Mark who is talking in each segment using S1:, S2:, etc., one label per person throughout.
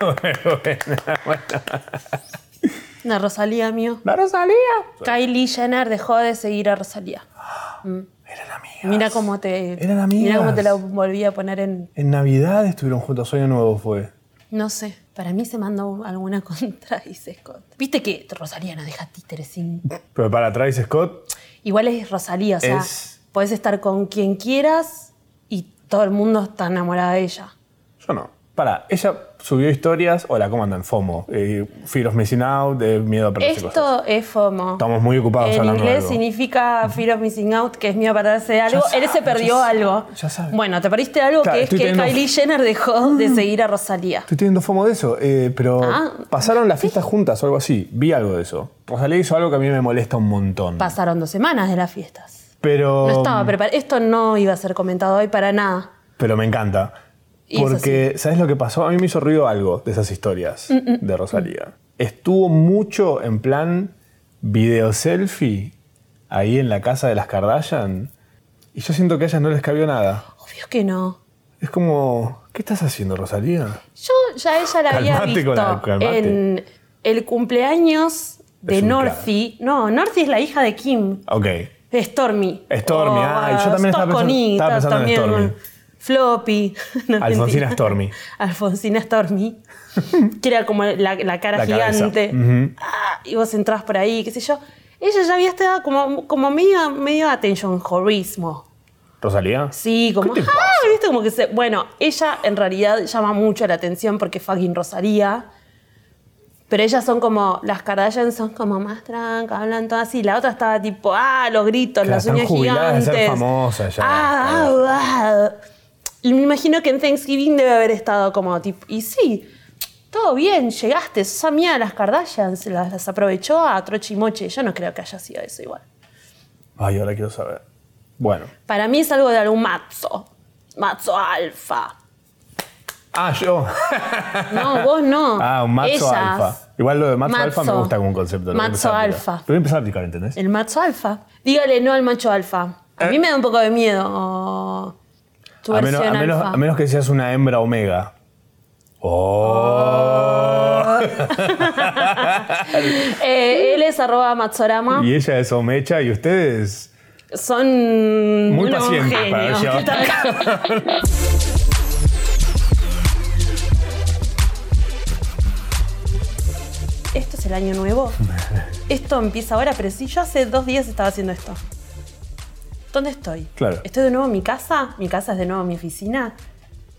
S1: bueno, bueno.
S2: Una Rosalía mío.
S1: La Rosalía.
S2: Kylie Jenner dejó de seguir a Rosalía.
S1: Eran amigas.
S2: Mira cómo te.
S1: Eran amigas.
S2: Mira cómo te la volví a poner en.
S1: En Navidad estuvieron juntos, Año Nuevo fue.
S2: No sé. Para mí se mandó alguna contra, dice Scott. Viste que Rosalía no deja títeres sin.
S1: Pero para Travis Scott,
S2: Igual es Rosalía, o sea,
S1: Es-
S2: podés estar con quien quieras y todo el mundo está enamorado de ella.
S1: yo no. Para, ella subió historias. Hola, ¿cómo andan? FOMO. Eh, fear of missing out, de miedo a perderse
S2: Esto
S1: cosas.
S2: es FOMO.
S1: Estamos muy ocupados
S2: En
S1: hablando de
S2: inglés
S1: algo.
S2: significa Fear of Missing Out, que es miedo a perderse de algo.
S1: sabe,
S2: Él se
S1: ya
S2: perdió
S1: sabe,
S2: algo.
S1: ya sabe.
S2: Bueno, te perdiste algo
S1: Claro,
S2: que es que
S1: estoy teniendo-
S2: Kylie Jenner dejó de seguir a Rosalía.
S1: Estoy teniendo FOMO de eso, eh, pero
S2: Ah.
S1: pasaron las fiestas juntas o algo así. Vi algo de eso. Rosalía hizo algo que a mí me molesta un montón.
S2: Pasaron dos semanas de las fiestas.
S1: pero,
S2: No estaba preparado. Esto no iba a ser comentado hoy para nada.
S1: pero me encanta.
S2: Y es
S1: Porque, ¿sabes lo que pasó? A mí me hizo ruido algo de esas historias
S2: Mm,
S1: de Rosalía. Estuvo mucho en plan video selfie ahí en la casa de las Kardashian. Y yo siento que a ellas no les cabió nada.
S2: Obvio que no.
S1: Es como, ¿qué estás haciendo, Rosalía?
S2: Yo ya ella la había
S1: Calmate
S2: visto
S1: con la- calmate.
S2: en el cumpleaños de
S1: Es un
S2: Northy. No, Northy es la hija de Kim.
S1: Ok.
S2: Stormy.
S1: Stormy, ay, yo también
S2: ah,
S1: estaba pensando-
S2: Stocconi,
S1: estaba pensando en
S2: también,
S1: Stormy.
S2: Floppy. No,
S1: Alfonsina
S2: mentira.
S1: Stormy.
S2: Alfonsina Stormy. que era como la, la cara
S1: La cabeza.
S2: gigante. Ah, y vos entrás por ahí, qué sé yo. Ella ya había estado como, como medio, medio attention horismo.
S1: ¿Rosalía?
S2: Sí, como.
S1: ¿Qué te
S2: "Ah",
S1: pasa?
S2: ¿viste? Como que se. Bueno, ella en realidad llama mucho la atención porque fucking Rosalía. Pero ellas son como. Las Kardashian son como más trancas, hablan todas así. La otra estaba tipo, ah, los gritos,
S1: Claro,
S2: las
S1: están
S2: uñas
S1: jubiladas de
S2: gigantes.
S1: ser famosas ya.
S2: Ah, ah, ah. Y me imagino que en Thanksgiving debe haber estado como tipo. Y sí. Todo bien, llegaste, sos amiga de las Kardashians, las, las aprovechó a trochimoche. Yo no creo que haya sido eso igual.
S1: Ay, ahora quiero saber. Bueno.
S2: Para mí es algo de algún mazo. Mazo alfa.
S1: Ah, yo.
S2: No, vos no.
S1: Ah, un macho
S2: Ellas.
S1: alfa. Igual lo de macho,
S2: Mazo.
S1: alfa me gusta como un concepto. lo voy a
S2: Macho
S1: empezar a aplicar.
S2: alfa.
S1: Lo voy a empezar a aplicar, ¿entendés?
S2: El macho alfa. Dígale no al macho alfa. A mí me da un poco de miedo. oh, tu
S1: A menos,
S2: versión
S1: a menos-
S2: alfa.
S1: a menos que seas una hembra omega. Oh.
S2: Eh, él es arroba machorama.
S1: y ella es omecha y ustedes.
S2: Son
S1: Muy
S2: unos
S1: pacientes para
S2: genios.
S1: llevar hasta
S2: Esto es el año nuevo. Esto empieza ahora, pero sí, yo hace dos días estaba haciendo esto. ¿Dónde estoy?
S1: Claro.
S2: ¿Estoy de nuevo en mi casa? ¿Mi casa es de nuevo mi oficina?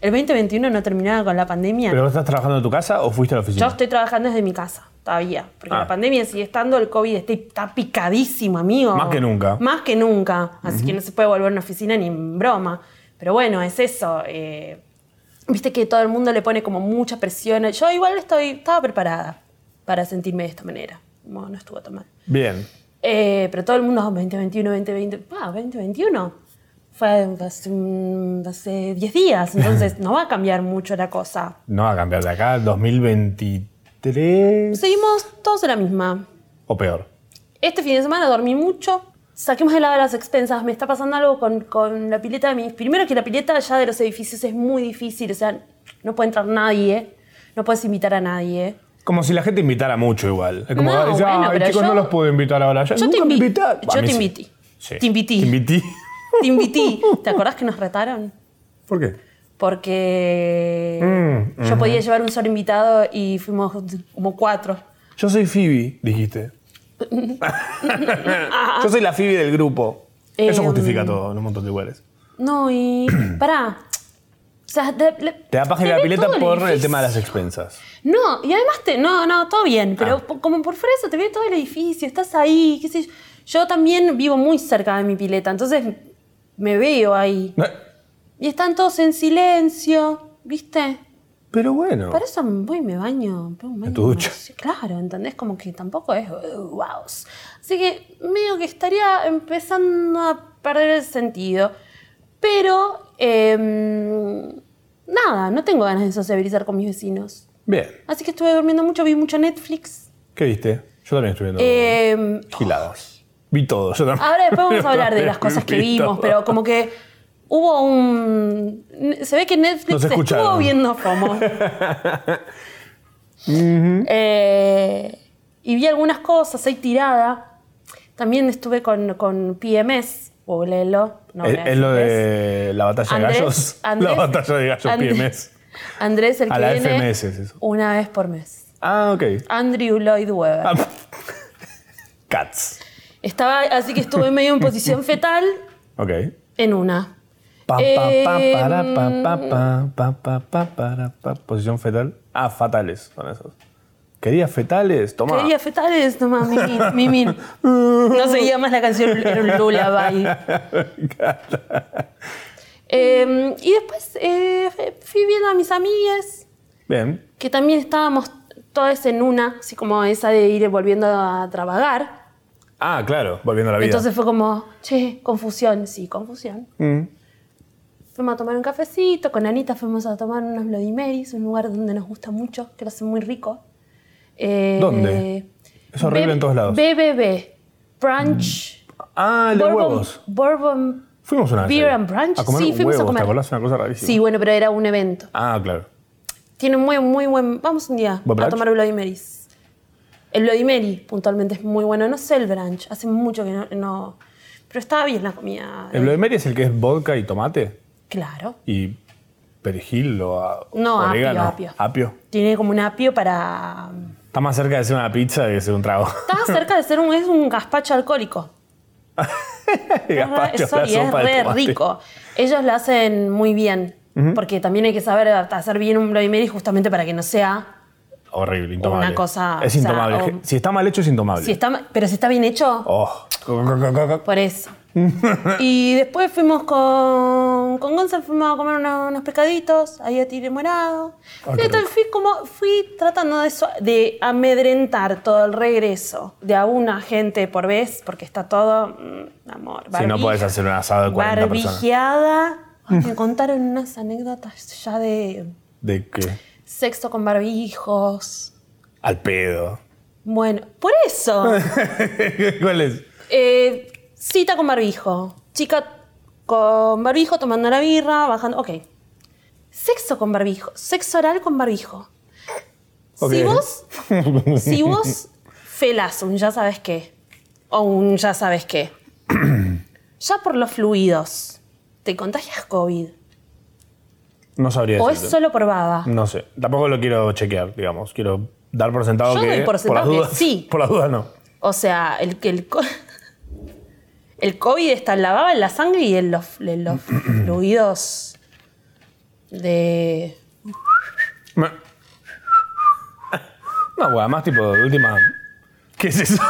S2: El 2021 no terminaba con la pandemia.
S1: ¿Pero vos estás trabajando en tu casa o fuiste a la
S2: Yo
S1: oficina?
S2: estoy trabajando desde mi casa todavía, porque
S1: Ah.
S2: la pandemia sigue estando, el COVID está, está picadísimo, amigo.
S1: Más que nunca.
S2: Más que nunca. Así que no se puede volver a una oficina ni en broma. Pero bueno, es eso. eh, Viste que todo el mundo le pone como mucha presión. Yo igual estoy, estaba preparada para sentirme de esta manera. Bueno, no estuvo tan mal.
S1: Bien.
S2: Eh, pero todo el mundo, 2021, 2020, pa, 2021. Ah, Fue hace un- hace 10 días, entonces no va a cambiar mucho la cosa.
S1: No va a cambiar de acá, 2023.
S2: Seguimos todos en la misma.
S1: O peor.
S2: Este fin de semana dormí mucho. Saquemos de lado las expensas. Me está pasando algo con, con la pileta de mis. Primero que la pileta ya de los edificios es muy difícil. O sea, no puede entrar nadie. No puedes invitar a nadie.
S1: Como si la gente invitara mucho igual. Es como,
S2: No,
S1: dice,
S2: bueno,
S1: "Ay,
S2: pero
S1: chicos,
S2: yo-
S1: no los puedo invitar ahora. Ya,
S2: Yo te,
S1: nunca me
S2: invi-
S1: invitaron". A
S2: yo
S1: mí
S2: te
S1: sí.
S2: invití.
S1: Sí.
S2: Te invití.
S1: Te invití.
S2: Te invití. ¿Te acordás que nos retaron?
S1: ¿Por qué?
S2: Porque
S1: Mm,
S2: yo podía llevar un solo invitado y fuimos como cuatro.
S1: Yo soy Phoebe, dijiste. Yo soy la Phoebe del grupo. Eso
S2: Em.
S1: justifica todo en un montón de lugares.
S2: No, y. pará. O sea, de- le-
S1: Te da página
S2: ve
S1: la pileta
S2: todo
S1: por el
S2: edificio.
S1: tema de las expensas.
S2: No, y además te. No, no, todo bien, pero
S1: Ah.
S2: po- como por fuera eso te ve todo el edificio, estás ahí, qué sé yo. Yo también vivo muy cerca de mi pileta, entonces me veo ahí. Y están todos en silencio, ¿viste?
S1: Pero bueno.
S2: Por eso me voy y me baño. me pego un baño
S1: tu ducha.
S2: más- Claro, ¿entendés? Como que tampoco es uh, wow. Así que medio que estaría empezando a perder el sentido. Pero, em, nada, no tengo ganas de sociabilizar con mis vecinos.
S1: Bien.
S2: Así que estuve durmiendo mucho, vi mucho Netflix.
S1: ¿Qué viste? Yo también estuve viendo
S2: Em,
S1: giladas. Vi todo. Yo también.
S2: ahora después vamos a hablar de las cosas que
S1: Vi
S2: vimos,
S1: todo.
S2: pero como que hubo un... Se ve que Netflix
S1: Nos
S2: estuvo
S1: escucharon.
S2: viendo FOMO. Eh, y vi algunas cosas, hay tirada. También estuve con, con PMS, googlelo. no,
S1: Eh, es,
S2: no
S1: es lo de la batalla de gallos.
S2: Andrés-
S1: la batalla de gallos
S2: Andrés-
S1: PMS.
S2: Andrés, el
S1: A
S2: que
S1: la
S2: viene
S1: FMS es eso.
S2: una vez por mes.
S1: Ah, ok.
S2: Andrew Lloyd Webber.
S1: Ah, Cats.
S2: Estaba, así que estuve medio en posición fetal
S1: Ok.
S2: en una.
S1: Pa, pa, pa,
S2: Eh,
S1: para, pa, pa, pa, pa, pa, pa, para, pa. Posición fetal. Ah, fatales son esos. Quería fetales, toma.
S2: Quería fetales, no mami, mimin. No seguía más la canción, era un lullaby. Eh, y después eh, fui viendo a mis amigas,
S1: Bien.
S2: que también estábamos todas en una, así como esa de ir volviendo a trabajar.
S1: Ah, claro, volviendo a la vida.
S2: Entonces fue como, che, confusión, sí, confusión.
S1: Mm.
S2: Fuimos a tomar un cafecito, con Anita fuimos a tomar unos Bloody Marys, un lugar donde nos gusta mucho, que lo hace muy rico. Eh,
S1: ¿Dónde? Es horrible
S2: B-
S1: en todos lados.
S2: BBB, Brunch,
S1: Ah, el de
S2: Bourbon,
S1: huevos.
S2: Bourbon.
S1: Fuimos una vez.
S2: Beer
S1: ahí.
S2: and brunch.
S1: A comer
S2: Sí, fuimos a
S1: huevos,
S2: comer.
S1: ¿Te acordás? Una cosa rarísima.
S2: Sí, bueno, pero era un evento.
S1: Ah, claro.
S2: Tiene muy, muy buen... Vamos un día
S1: ¿Buen
S2: a
S1: brunch?
S2: tomar Bloody Marys. El Bloody Mary, puntualmente, es muy bueno. No sé el brunch, hace mucho que no... no- Pero estaba bien la comida.
S1: ¿El Bloody Mary es el que es vodka y tomate?
S2: Claro.
S1: ¿Y perejil o a-
S2: No, apio,
S1: orégano?
S2: apio. Tiene como un apio para...
S1: Está más cerca de ser una pizza que de ser un trago.
S2: Estaba cerca de ser un... Es un gazpacho alcohólico.
S1: Gazpacho,
S2: Eso
S1: la
S2: y es
S1: sopa de
S2: re
S1: tomate.
S2: rico. Ellos lo hacen muy bien. Porque también hay que saber hacer bien un Bloody Mary justamente para que no sea...
S1: Horrible, intomable.
S2: Una cosa, o
S1: Es
S2: sea,
S1: intomable.
S2: o-
S1: Si está mal hecho, es intomable.
S2: Si está, ma- pero si está bien hecho,
S1: Oh.
S2: Por eso. y después fuimos con, con Gonzalo, fuimos a comer uno- unos pescaditos, ahí a Tigre Morado.
S1: Ah,
S2: Fui
S1: qué
S2: tal-
S1: rico.
S2: fui como, fui tratando de, sua- de amedrentar todo el regreso de a una gente por vez, porque está todo, mm, amor,
S1: Si no
S2: barbi-
S1: puedes hacer un asado de 40 personas.
S2: barbijeada. Ay, Me contaron unas anécdotas ya de
S1: ¿De qué?
S2: sexo con barbijos.
S1: Al pedo.
S2: Bueno, por eso.
S1: ¿Cuál es?
S2: Eh, cita con barbijo. Chica con barbijo tomando la birra, bajando. Ok. Sexo con barbijo. Sexo oral con barbijo.
S1: Ok.
S2: Si vos. Si vos felas un ya sabes qué. O un ya sabes qué. ya por los fluidos. ¿Te contagias COVID?
S1: No sabría
S2: ¿O es
S1: decirte.
S2: solo por baba?
S1: No sé. Tampoco lo quiero chequear, digamos. Quiero dar por sentado
S2: Yo
S1: que.
S2: doy por sentado
S1: las
S2: que
S1: dudas,
S2: sí.
S1: Por las dudas no.
S2: O sea, el que el, co- el COVID está en la baba, en la sangre y en los, en los fluidos de.
S1: Me- No, bueno, más tipo de última. ¿Qué es eso?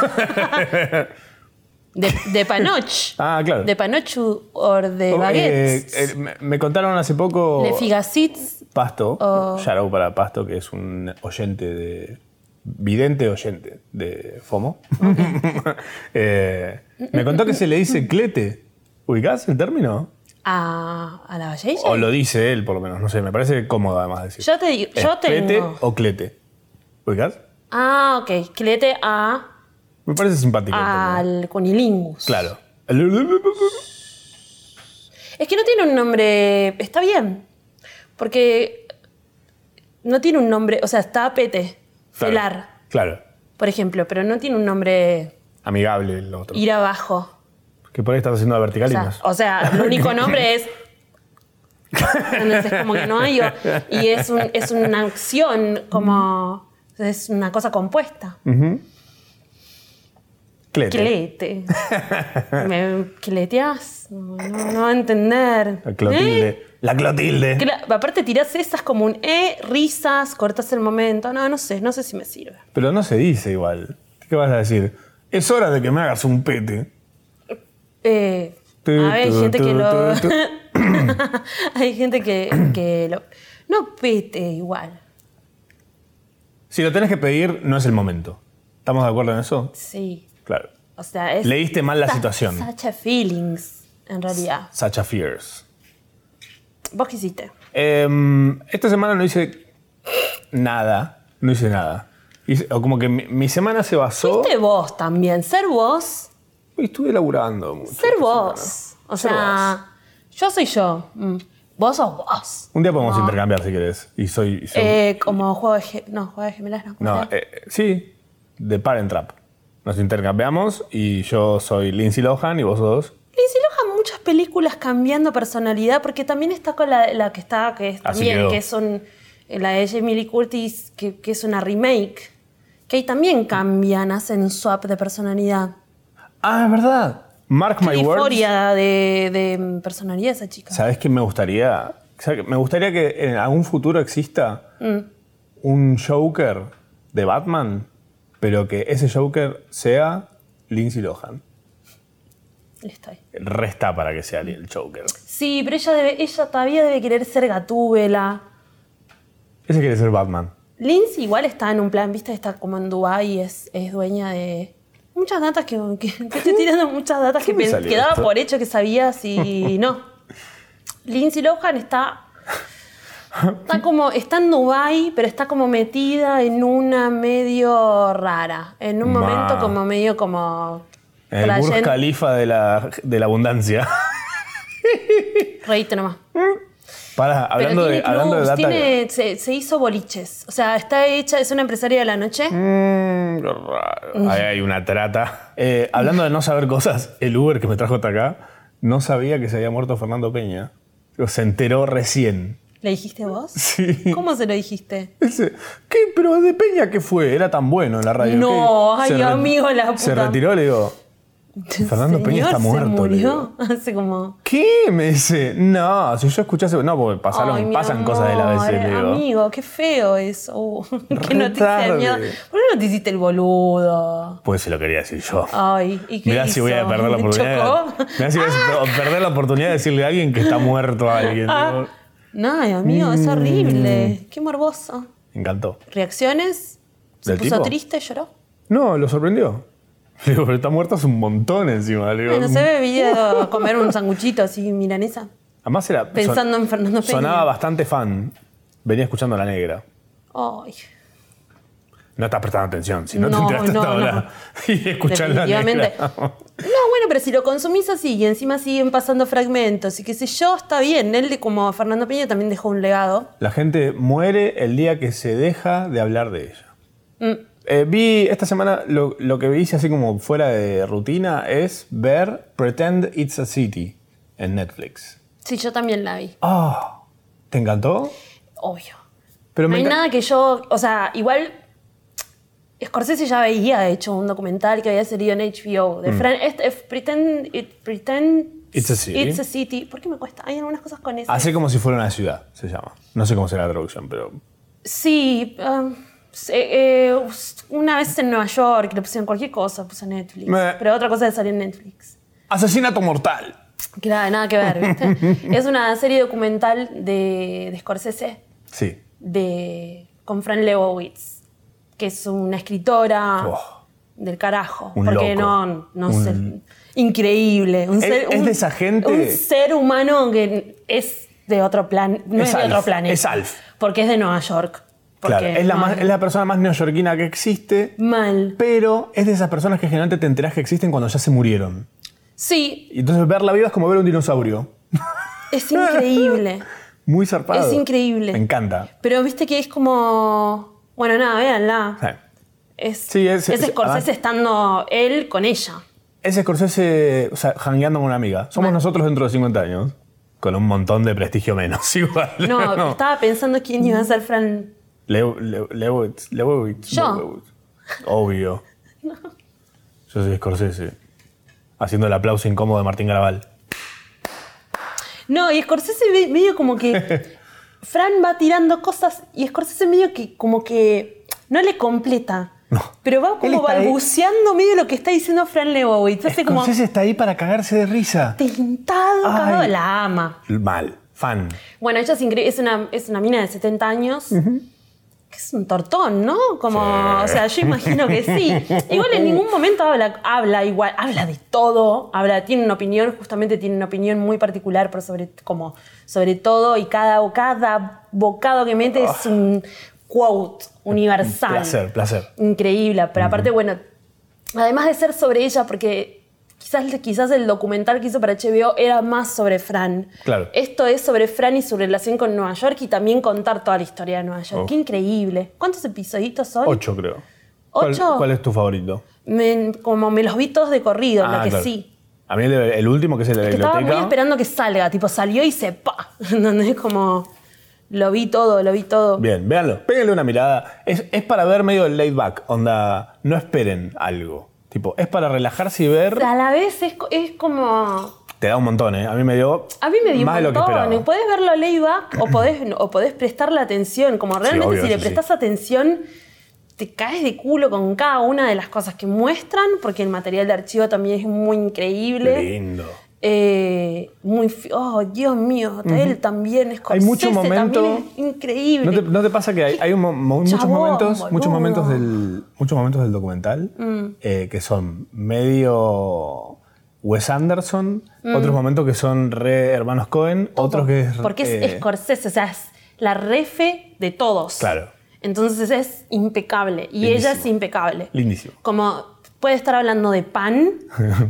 S2: De, de Panoch.
S1: Ah, claro.
S2: De Panochu o de Baguettes.
S1: Eh, oh. eh, me, me contaron hace poco.
S2: de Figacits.
S1: Pasto,
S2: Oh.
S1: Yarau para Pasto, que es un oyente de. vidente oyente de FOMO. Eh, me contó que se le dice clete. ¿Ubicás el término?
S2: A, a la Valle.
S1: O lo dice él, por lo menos. No sé, me parece cómodo además decir.
S2: Yo te digo.
S1: ¿Es
S2: Yo
S1: clete
S2: tengo.
S1: o clete? ¿Ubicás?
S2: Ah, ok. Clete a,
S1: Me parece simpático. el término.
S2: al cunilingus.
S1: Claro.
S2: Es que no tiene un nombre. Está bien. Porque. No tiene un nombre. O sea, está pete. Felar,
S1: Claro.
S2: por ejemplo. Pero no tiene un nombre.
S1: Amigable el otro.
S2: Ir abajo.
S1: Que por ahí estás haciendo la vertical
S2: O
S1: y
S2: sea,
S1: más.
S2: o sea, el único nombre es. Entonces, como que no hay. o- Y es, un- es una acción, como. Es una cosa compuesta.
S1: Ujú. Clete.
S2: Quilete. Me quileteás. No, no- no va a entender.
S1: La Clotilde. La Clotilde.
S2: ¿Eh? Cla- Aparte, tirás estas como un E, risas, cortás el momento. No, no sé, no sé si me sirve.
S1: Pero no se dice igual. ¿Qué vas a decir? Es hora de que me hagas un pete.
S2: Eh,
S1: Tu,
S2: a ver, hay
S1: tu,
S2: gente
S1: tu,
S2: que lo.
S1: tu, tu.
S2: hay gente que, que lo. No pete igual.
S1: Si lo tenés que pedir, no es el momento. ¿Estamos de acuerdo en eso?
S2: Sí.
S1: Claro.
S2: O sea, es.
S1: Leíste mal la
S2: Sa-
S1: situación.
S2: Sacha Feelings, en realidad.
S1: Sacha Fierce.
S2: ¿Vos qué hiciste?
S1: Em, esta semana no hice nada. No hice nada. Hice- o como que mi, mi semana se basó.
S2: Fuiste vos también. Ser vos,
S1: Estuve laburando mucho.
S2: ser
S1: esta
S2: vos.
S1: semana.
S2: O
S1: Ser
S2: sea, yo soy yo. Mm. Vos sos vos.
S1: Un día podemos
S2: No.
S1: intercambiar si querés. Y soy. y soy-
S2: Eh, como juego de ge- no, juego de gemelas, no. ¿cómo
S1: no,
S2: se llama?
S1: eh, sí, de Parent Trap. Nos intercambiamos y yo soy Lindsay Lohan y vos sos
S2: Lindsay Lohan muchas películas cambiando personalidad, porque también está con la, la que está, que es
S1: Así
S2: también,
S1: quedó.
S2: que es un- la de Jamie Lee Curtis, que, que es una remake, que ahí también cambian, hacen swap de personalidad.
S1: Ah, es verdad. Mark my words.
S2: Euforia de, de personalidad esa chica.
S1: ¿Sabes qué me gustaría? ¿Sabes qué? Me gustaría que en algún futuro exista
S2: Mm.
S1: un Joker de Batman, pero que ese Joker sea Lindsay Lohan.
S2: Listo ahí.
S1: Resta para que sea el Joker.
S2: Sí, pero ella, debe- ella todavía debe querer ser gatúbela.
S1: Ese quiere ser Batman.
S2: Lindsay igual está en un plan, viste, está como en Dubái, es, es dueña de muchas datas que, que- te estoy tirando muchas datas que
S1: me
S2: pens-
S1: salió
S2: que daba
S1: esto?
S2: por hecho que sabías y no. Lindsay Lohan está está como está en Dubái, pero está como metida en una medio rara, en un
S1: Ma.
S2: momento como medio como
S1: El Burj
S2: trayendo-
S1: Khalifa de la, de la abundancia.
S2: reíte nomás.
S1: Para,
S2: Pero
S1: hablando, de,
S2: tiene
S1: hablando de
S2: clubs,
S1: data.
S2: tiene- se, se hizo boliches. O sea, está hecha, es una empresaria de la noche.
S1: Mm, qué raro. Ahí hay una trata. Eh, hablando de no saber cosas, el Uber que me trajo hasta acá no sabía que se había muerto Fernando Peña. Digo, Se enteró recién.
S2: ¿Le dijiste vos?
S1: Sí.
S2: ¿Cómo se lo dijiste?
S1: Ese, ¿Qué? ¿Pero de Peña qué fue? Era tan bueno en la radio.
S2: No,
S1: ¿qué?
S2: ay,
S1: re-
S2: amigo, la
S1: Se
S2: puta.
S1: retiró, le digo, Fernando
S2: Señor,
S1: Peña está muerto,
S2: Se
S1: le
S2: murió
S1: digo.
S2: hace como.
S1: ¿qué? Me dice, no, si yo escuchase. No, porque pasaron,
S2: "Ay, mi
S1: pasan cosas de la
S2: amor,
S1: veces, le digo.
S2: Amigo, qué feo eso. Uh, qué
S1: Re
S2: noticia de
S1: tarde.
S2: mierda. ¿Por qué no te hiciste el boludo?
S1: Pues se lo quería decir yo.
S2: Ay, ¿y qué
S1: Mirá si
S2: hizo?
S1: voy a perder la oportunidad.
S2: ¿Chocó?
S1: de- Mirá si voy a perder la oportunidad de decirle a alguien que está muerto a alguien.
S2: Ah.
S1: digo.
S2: No, amigo,
S1: Mm.
S2: es horrible. Qué morboso.
S1: Me encantó.
S2: ¿Reacciones? ¿Se
S1: ¿Del
S2: puso
S1: tipo?
S2: triste? ¿Lloró?
S1: No, lo sorprendió. Le digo, pero está muerto hace un montón encima. Le digo,
S2: Bueno, se ve video comer un sanguchito así milanesa.
S1: Además era. son-
S2: Pensando en Fernando Peña.
S1: Sonaba bastante fan. Venía escuchando a la negra.
S2: Ay.
S1: No estás prestando atención, si no,
S2: No,
S1: te enteraste
S2: no,
S1: hasta ahora. Y escuchar la
S2: Definitivamente.
S1: negra.
S2: No, bueno, pero si lo consumís así y encima siguen pasando fragmentos y qué sé yo, está bien. Él, de- como Fernando Peña, también dejó un legado.
S1: La gente muere el día que se deja de hablar de ella.
S2: Mm.
S1: Eh, vi esta semana lo, lo que hice así como fuera de rutina es ver Pretend It's a City en Netflix.
S2: Sí, yo también la vi,
S1: Ah, ¿te encantó?
S2: obvio.
S1: Pero
S2: No
S1: me
S2: hay
S1: enca-
S2: nada que yo, o sea, igual Scorsese ya veía, de hecho, un documental que había salido en HBO de Fran- este, eh, Pretend, it- Pretend
S1: It's a City.
S2: It's a City. ¿Por qué me cuesta? Hay algunas cosas con eso.
S1: Hace como si fuera una ciudad, se llama. No sé cómo será la traducción, pero
S2: Sí, um, se- eh, una vez en Nueva York le pusieron cualquier cosa, puso Netflix.
S1: Me-
S2: Pero otra cosa de salir en Netflix.
S1: Asesinato mortal.
S2: Claro, nada que ver, ¿viste? es una serie documental de, de Scorsese
S1: Sí.
S2: de, con Fran Lebowitz, que es una escritora
S1: Oh.
S2: del carajo.
S1: Un
S2: porque
S1: loco.
S2: no, no
S1: Un-
S2: sé. Increíble. Un
S1: Es- es de esa gente-
S2: Un ser humano que es de otro plan. No es,
S1: Es
S2: de
S1: Alf,
S2: otro planeta.
S1: es Alf.
S2: Porque es de Nueva York. Porque,
S1: Claro, es la,
S2: no,
S1: más- es la persona más neoyorquina que existe,
S2: Mal.
S1: pero es de esas personas que generalmente te enterás que existen cuando ya se murieron.
S2: Sí,
S1: Y entonces verla viva es como ver un dinosaurio.
S2: es increíble.
S1: Muy zarpado.
S2: Es increíble.
S1: Me encanta.
S2: Pero viste que es como. Bueno, nada, véanla.
S1: Sí.
S2: Es,
S1: Sí, es-
S2: es
S1: es-
S2: Scorsese
S1: además-
S2: estando él con ella.
S1: Es Scorsese, o sea, jangueando con una amiga. Somos nosotros dentro de 50 años. Con un montón de prestigio menos, igual.
S2: No, estaba pensando quién iba a ser Fran.
S1: Leo- Leo- Leowitz. Leowitz.
S2: Yo.
S1: Leowitz. Obvio. Yo soy Scorsese. Haciendo el aplauso incómodo de Martín Garabal.
S2: No, y Scorsese ve- medio como que. Fran va tirando cosas y Scorsese medio que como que no le completa.
S1: No.
S2: Pero va
S1: Él
S2: como
S1: está ahí.
S2: balbuceando medio lo que está diciendo Fran Lebowitz. Hace como
S1: Scorsese está ahí para cagarse de risa.
S2: tentado,
S1: Ay.
S2: cagado. La ama.
S1: Mal. Fan.
S2: Bueno, ella es increíble. Es una, es una mina de 70 años. Que es un tortón, ¿no? Como,
S1: Sí.
S2: o sea, yo imagino que sí. Igual en ningún momento habla, habla igual, habla de todo, habla, tiene una opinión, justamente tiene una opinión muy particular por sobre, como, sobre todo y cada, cada bocado que mete es un quote universal
S1: Ah. Placer, placer.
S2: increíble. Pero aparte, bueno, además de ser sobre ella, porque Quizás, quizás el documental que hizo para HBO era más sobre Fran.
S1: Claro.
S2: Esto es sobre Fran y su relación con Nueva York y también contar toda la historia de Nueva York.
S1: Uf.
S2: Qué increíble. ¿Cuántos episodios son?
S1: Oh. Ocho, creo. ¿Cuál-
S2: ¿Ocho?
S1: ¿Cuál, es tu favorito?
S2: Me- como me los vi todos de corrido, la
S1: Ah,
S2: que
S1: claro.
S2: sí.
S1: A mí el, el último, que es el de la
S2: Que estaba muy
S1: biblioteca.
S2: esperando que salga, tipo salió y se pa. ¿Entendés? Como lo vi todo, lo vi todo.
S1: Bien, véanlo. Péguenle una mirada. Es, es para ver medio el laid back. Onda, no esperen algo. Tipo, es para relajarse y ver.
S2: A la vez es, co- es como.
S1: Te da un montón, ¿eh? A mí me dio.
S2: A mí me dio
S1: más
S2: un
S1: de lo que
S2: montón.
S1: esperaba.
S2: y podés verlo layback o podés, o podés prestarle atención. Como realmente,
S1: obvio,
S2: si le
S1: eso sí.
S2: prestás atención, te caes de culo con cada una de las cosas que muestran, porque el material de archivo también es muy increíble.
S1: Lindo.
S2: Eh, muy. fi- Oh, Dios mío, él también es
S1: Hay mucho momento-
S2: increíble.
S1: ¿No te, no te pasa que hay, hay un mo- mo- muchos,
S2: Chabón,
S1: momentos, muchos,
S2: boludo. Mm.
S1: momentos del, muchos momentos del documental eh, que son medio Wes Anderson,
S2: Mm.
S1: otros momentos que son re hermanos Cohen, otros que es.
S2: Porque es
S1: eh,
S2: Scorsese, o sea, es la refe de todos.
S1: Claro.
S2: Entonces es impecable. Y
S1: Lindísimo.
S2: ella es impecable.
S1: Lindísimo.
S2: Como puede estar hablando de pan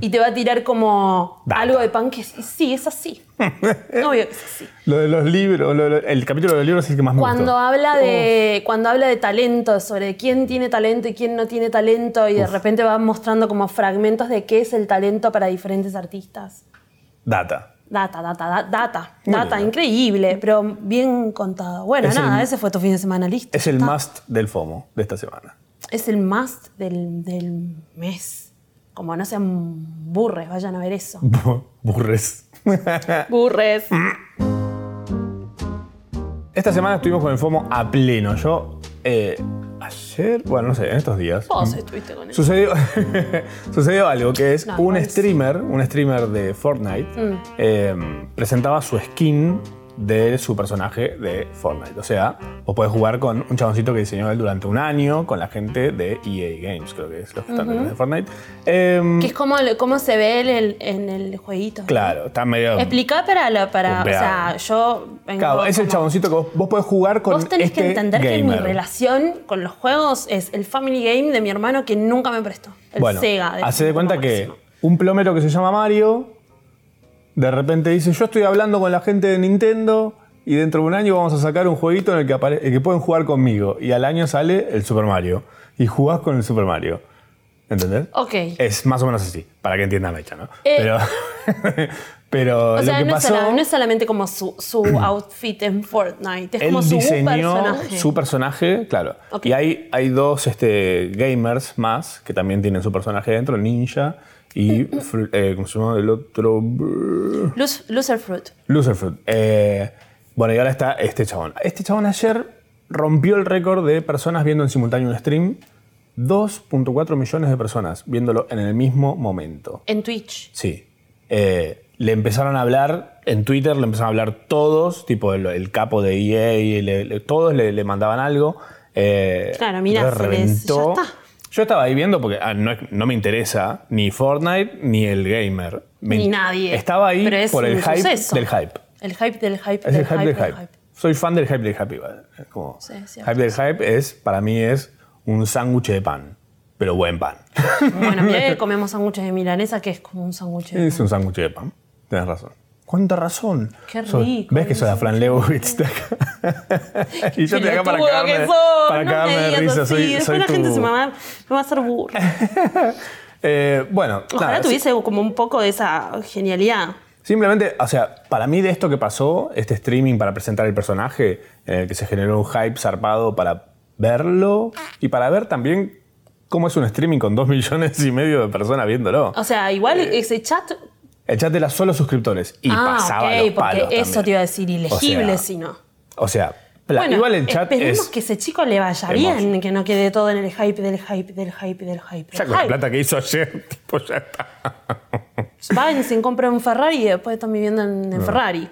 S2: y te va a tirar como
S1: Data.
S2: algo de pan que es- sí, es así. Obvio que es así.
S1: Lo de los libros, lo- lo- el capítulo de los libros es el que más me gustó.
S2: Cuando habla, de, cuando habla de talento, sobre quién tiene talento y quién no tiene talento, y de repente va mostrando como fragmentos de qué es el talento para diferentes artistas.
S1: Uh. Data.
S2: Data, data, da- data,
S1: Muy
S2: data,
S1: bien.
S2: increíble, pero bien contado. Bueno,
S1: Es
S2: nada,
S1: el-
S2: ese fue tu fin de semana, listo.
S1: Es el
S2: Está.
S1: must del FOMO de esta semana.
S2: Es el must del, del mes. Como no sean burres, vayan a ver eso.
S1: Burres.
S2: Burres.
S1: Mm. Esta semana estuvimos con el FOMO a pleno. Yo, eh, ayer, bueno, no sé, en estos días.
S2: Vos estuviste con eso.
S1: Sucedió, sucedió algo que es
S2: No,
S1: un
S2: igual sí. Mm.
S1: streamer, un streamer de Fortnite, eh, presentaba su skin de su personaje de Fortnite. O sea, vos podés jugar con un chaboncito que diseñó él durante un año con la gente de EA Games, creo que es los que están detrás de Fortnite. Em,
S2: Que es como, lo- como se ve en el, en el jueguito.
S1: claro, está medio.
S2: Explica para la. Para, o sea,
S1: Veado.
S2: yo. vengo
S1: Claro, es el
S2: como-
S1: chaboncito que vos, vos podés jugar con
S2: Vos tenés que
S1: este
S2: entender que mi
S1: gamer.
S2: relación con los juegos es el Family Game de mi hermano que nunca me prestó. El
S1: bueno,
S2: Sega.
S1: hace de cuenta que
S2: máximo.
S1: un plomero que se llama Mario, de repente dice, yo estoy hablando con la gente de Nintendo y dentro de un año vamos a sacar un jueguito en el que, apare- el que pueden jugar conmigo. Y al año sale el Super Mario. Y jugás con el Super Mario. ¿Entendés?
S2: Ok.
S1: Es más o menos así, para que entiendan la hecha, ¿no?
S2: Eh.
S1: pero pero
S2: O
S1: lo
S2: sea,
S1: que
S2: no,
S1: pasó...
S2: es sola- no es solamente como su, su outfit en Fortnite, es
S1: Él
S2: como su
S1: diseñó
S2: personaje.
S1: su personaje, claro.
S2: Ok.
S1: Y hay, hay dos este, gamers más que también tienen su personaje dentro, Ninja y, Fru- eh, ¿cómo se llama el otro? Brrr.
S2: Luz- Loser Fruit.
S1: Loserfruit. Eh, bueno, y ahora está este chabón. Este chabón ayer rompió el récord de personas viendo en simultáneo un stream. 2.4 millones de personas viéndolo en el mismo momento.
S2: En Twitch.
S1: Sí. Eh, le empezaron a hablar en Twitter, le empezaron a hablar todos, tipo el, el capo de EA, le- le- todos le, le mandaban algo. Eh,
S2: Claro, mirá,
S1: entonces
S2: se les-
S1: reventó.
S2: ya está.
S1: Yo estaba ahí viendo porque ah, no, es- no me interesa ni Fortnite ni el gamer. Me-
S2: Ni nadie.
S1: Estaba ahí
S2: Pero es
S1: por el
S2: un
S1: hype
S2: suceso.
S1: del hype.
S2: El hype del hype.
S1: Es el hype del hype.
S2: hype.
S1: Soy fan del hype del hype. igual. Es Como,
S2: Sí, es cierto.
S1: hype del hype es, para mí es un sándwich de pan, pero buen pan.
S2: Bueno, mirá que comemos sándwiches de milanesa, que es como un sándwich de
S1: Es un sándwich de pan. Tenés razón. ¿Cuánta razón?
S2: Qué
S1: Soy-
S2: rico,
S1: ¿Ves que soy la
S2: un
S1: Fran Lewis de acá? y yo estoy acá para
S2: Pelotudo
S1: cagarme,
S2: que sos,
S1: para
S2: no
S1: cagarme
S2: me
S1: de
S2: digas
S1: risa.
S2: así,
S1: Soy,
S2: Después
S1: soy
S2: la
S1: tu-
S2: gente se me va, me va a hacer burro.
S1: Eh, bueno,
S2: Ojalá
S1: nada,
S2: tuviese como un poco de esa genialidad.
S1: Simplemente, o sea, para mí de esto que pasó, este streaming para presentar el personaje, en el que se generó un hype zarpado para verlo y para ver también cómo es un streaming con dos millones y medio de personas viéndolo.
S2: O sea, igual ese chat.
S1: El chat era solo suscriptores Eh, y
S2: ah,
S1: pasaba
S2: ok,
S1: los
S2: porque
S1: palos
S2: eso
S1: también.
S2: te iba a decir, ilegible
S1: O sea,
S2: si no.
S1: O sea, pla-
S2: Bueno,
S1: igual el chat
S2: esperemos
S1: es...
S2: que ese chico le vaya
S1: hermoso.
S2: bien, que no quede todo en el hype del hype del hype del hype.
S1: Ya
S2: del
S1: con la
S2: hype.
S1: plata que hizo ayer, tipo, ya está.
S2: Van, se compra un Ferrari y después están viviendo en, en Ferrari.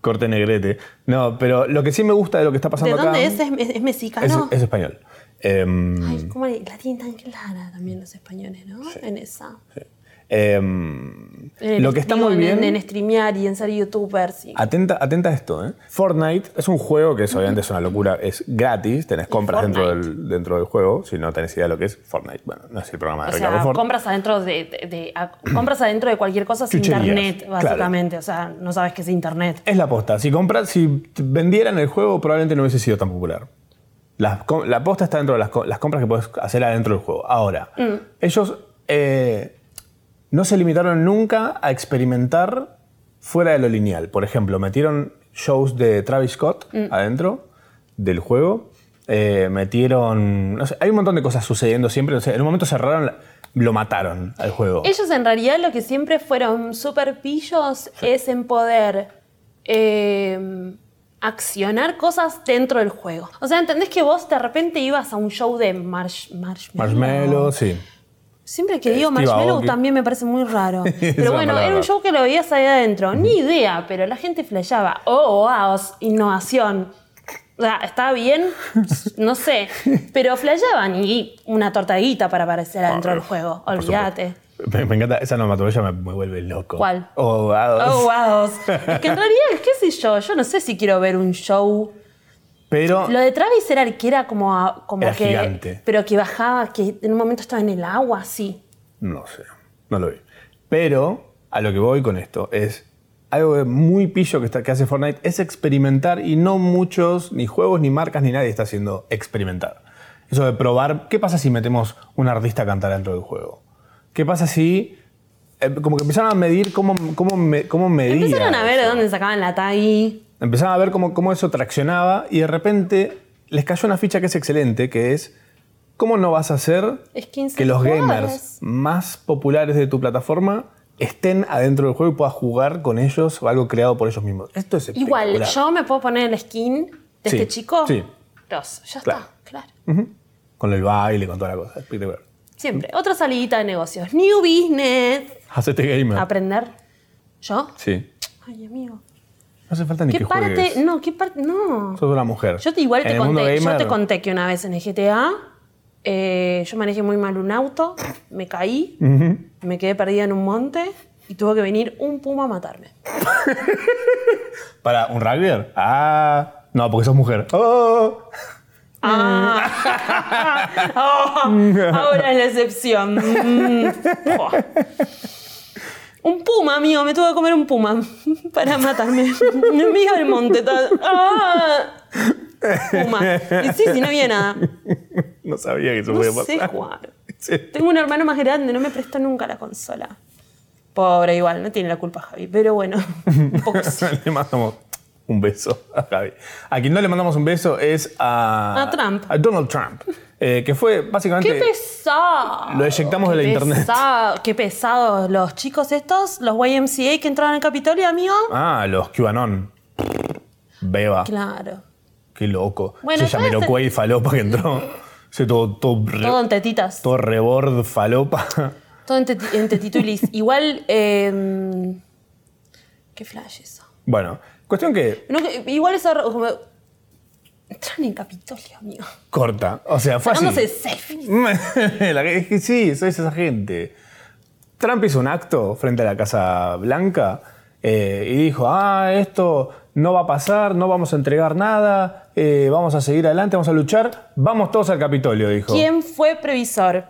S1: Corte negrete. No, pero lo que sí me gusta de lo que está
S2: ¿De
S1: pasando acá...
S2: dónde es? Ah, ¿Es, es- es
S1: Es,
S2: mexicano?
S1: es español. Em,
S2: Ay, ¿cómo le- la tienen tan clara también los españoles, ¿no? En esa.
S1: Em,
S2: En-
S1: lo que está
S2: Eh, digo,
S1: muy
S2: en-
S1: bien. Ah,
S2: En, este- streamear y en ser youtubers. y-
S1: Atenta, atenta a esto, ¿eh? Fortnite es un juego que es, obviamente es una locura, es gratis, tenés compras dentro
S2: Fortnite.
S1: del, dentro del juego, si no tenés idea de lo que es Fortnite. Bueno, no es el programa de
S2: O
S1: Ricardo
S2: sea,
S1: Fort.
S2: compras adentro de, de- de- a- compras adentro de cualquier cosa es
S1: Chucherías,
S2: internet,
S1: claro.
S2: básicamente. O sea, no sabes qué es internet.
S1: Es la posta. Si compras, si t- vendieran el juego, probablemente no hubiese sido tan popular. Las com- la posta está dentro de las, co- las compras que puedes hacer adentro del juego. Ahora, ellos eh, no se limitaron nunca a experimentar fuera de lo lineal. Por ejemplo, metieron shows de Travis Scott adentro del juego. eh, metieron. No sé, hay un montón de cosas sucediendo siempre. no sé, en un momento cerraron, la- lo mataron al juego.
S2: Ellos en realidad lo que siempre fueron súper pillos es en poder eh, accionar cosas dentro del juego. O sea, ¿entendés que vos de repente ibas a un show de marsh, marshmallow?
S1: Marshmallow, sí.
S2: Siempre que digo
S1: Eh, Steve
S2: marshmallow
S1: Aoki.
S2: también me parece muy raro. Pero
S1: una
S2: bueno,
S1: palabra.
S2: era un show que lo veías ahí adentro. Ni idea, pero la gente flasheaba. Oh, wow, innovación. O sea, está bien, no sé. Pero flasheaban y una tortadita para aparecer adentro del juego.
S1: Ah, Por
S2: Olvídate.
S1: supuesto. Me, me encanta, esa onomatopeya me, me vuelve loco.
S2: ¿Cuál?
S1: Oh, wow.
S2: Oh, wow. Es que en realidad, qué sé yo, yo no sé si quiero ver un show.
S1: Pero
S2: Lo de Travis era el que era como, a- como
S1: Era
S2: que.
S1: gigante.
S2: Pero que bajaba, que en un momento estaba en el agua, sí.
S1: no sé, no lo vi. Pero a lo que voy con esto es algo de muy pillo que, está, que hace Fortnite es experimentar y no muchos, ni juegos, ni marcas, ni nadie está haciendo experimentar. Eso de probar, ¿qué pasa si metemos un artista a cantar dentro del juego? ¿Qué pasa si... eh, como que empezaron a medir cómo, cómo, me- cómo medían
S2: Empezaron a ver
S1: eso.
S2: de dónde sacaban la taggy.
S1: Empezaron a ver cómo, cómo eso traccionaba y de repente les cayó una ficha que es excelente, que es ¿cómo no vas a hacer
S2: Es 15
S1: que los
S2: jugadores.
S1: gamers más populares de tu plataforma estén adentro del juego y puedas jugar con ellos o algo creado por ellos mismos? Esto es
S2: Igual,
S1: espectacular.
S2: yo me puedo poner el skin de
S1: Sí,
S2: este chico.
S1: sí.
S2: Los, ya
S1: Claro.
S2: está, claro.
S1: Con el baile, con toda la cosa. Espectacular.
S2: Siempre. Otra salidita de negocios. New business.
S1: Hacete gamer.
S2: Aprender. ¿Yo?
S1: sí.
S2: Ay, amigo.
S1: No hace falta ni
S2: ¿Qué
S1: que
S2: parte?
S1: juegues.
S2: No, ¿qué parte? No.
S1: Sos una mujer.
S2: Yo te, igual
S1: En
S2: te
S1: el mundo
S2: conté, yo
S1: gamer,
S2: te conté que una vez en el GTA eh, yo manejé muy mal un auto, me caí, me quedé perdida en un monte y tuvo que venir un puma a matarme.
S1: Para un rugbyer. Ah, no, porque sos mujer. Oh.
S2: Ah, ahora es la excepción. Mm, buah. Un puma, amigo, me tuvo que comer un puma para matarme. Me envió el monte. todo. Ah. Puma. Y sí, sí, no había nada.
S1: No sabía que eso podía
S2: No
S1: pasar.
S2: sé jugar.
S1: Sí.
S2: Tengo un hermano más grande, no me prestó nunca la consola. Pobre, igual, no tiene la culpa Javi, pero bueno, un poco sí.
S1: le mandamos un beso a Javi. A quien no le mandamos un beso es a.
S2: A Trump.
S1: A Donald Trump. eh, que fue básicamente.
S2: ¡Qué pesado!
S1: Lo eyectamos de
S2: Qué
S1: la internet.
S2: pesado, ¡Qué pesado! Los chicos estos, los YMCA que entraron al Capitolio, amigo.
S1: ah, los QAnon. Beba.
S2: Claro.
S1: Qué loco.
S2: Bueno,
S1: Se
S2: todo
S1: llama
S2: este-
S1: Iroquois falopa que entró. Se todo, todo, re-
S2: Todo en tetitas.
S1: todo rebord falopa.
S2: Todo en, teti- en tetitulis. Igual, eh, qué flash eso.
S1: Bueno, cuestión que
S2: No, que- igual eso... como- Entran en Capitolio, amigo.
S1: corta. O sea, fue así.
S2: Sacándose selfies.
S1: La que- es que sí, sois esa gente. Trump hizo un acto frente a la Casa Blanca eh, y dijo, ah, esto no va a pasar, no vamos a entregar nada, eh, vamos a seguir adelante, vamos a luchar, vamos todos al Capitolio, dijo.
S2: ¿Quién fue previsor?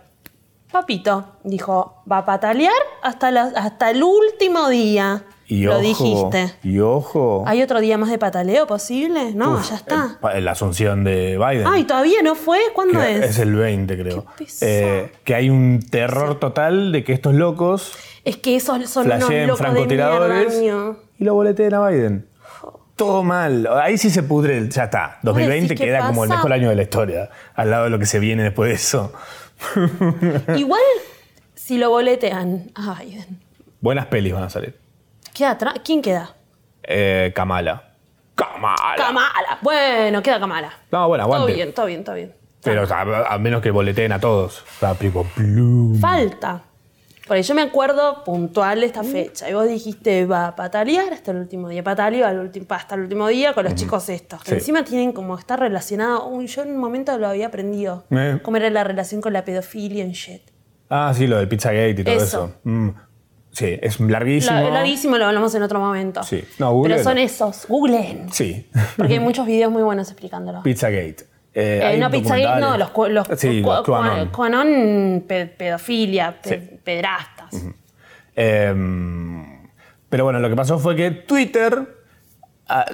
S2: Papito, dijo, va a patalear hasta, la- hasta el último día.
S1: Y
S2: Lo
S1: ojo,
S2: dijiste.
S1: Y ojo.
S2: ¿Hay otro día más de pataleo posible? No,
S1: Uf,
S2: ya está.
S1: el pa- la asunción de Biden.
S2: Ay, ¿todavía no fue? ¿Cuándo
S1: Em, Que
S2: es?
S1: es el 20, creo. Eh,
S2: Qué pesado.
S1: que hay un terror total de que estos locos
S2: Es que esos son unos
S1: flasheen
S2: locos de mierda,
S1: francotiradores
S2: niño.
S1: y lo boleteen a Biden. Todo mal. Ahí sí se pudre, ya está.
S2: ¿Vos decís
S1: 2020
S2: qué
S1: queda como el
S2: pasa?
S1: mejor año de la historia, al lado de lo que se viene después de eso.
S2: Igual, si lo boletean a Biden,
S1: Buenas pelis van a salir.
S2: ¿queda atrás? ¿quién queda?
S1: Eh, Kamala. Kamala.
S2: Kamala. Bueno, queda Kamala.
S1: no, bueno,
S2: Todo
S1: aguante.
S2: bien, todo bien, todo bien.
S1: Pero o sea, a, a menos que boleteen a todos. O sea, tipo, plum.
S2: Falta. Porque yo me acuerdo puntual de esta
S1: Mm.
S2: fecha. Y vos dijiste, va a patalear hasta el último día. Pataleo al ulti- hasta el último día con los chicos estos. Que
S1: Mm. Sí.
S2: encima tienen como estar relacionado. Uy, yo en un momento lo había aprendido.
S1: Eh.
S2: Cómo era la relación con la pedofilia en shit.
S1: Ah, sí, lo del Pizzagate y todo eso.
S2: Eso.
S1: Mm. Sí, es larguísimo.
S2: Lo, larguísimo lo hablamos en otro momento.
S1: Sí. No, Google
S2: Pero son
S1: no.
S2: esos, googlen.
S1: Sí.
S2: Porque hay muchos videos muy buenos explicándolo.
S1: Pizzagate. Eh,
S2: Eh,
S1: hay
S2: no, Pizzagate no,
S1: documentales.
S2: los, cu- los,
S1: sí,
S2: cu-
S1: los
S2: cu-
S1: QAnon.
S2: QAnon, pe- pedofilia, pe- pedrastas.
S1: Eh, pero bueno, lo que pasó fue que Twitter, ah,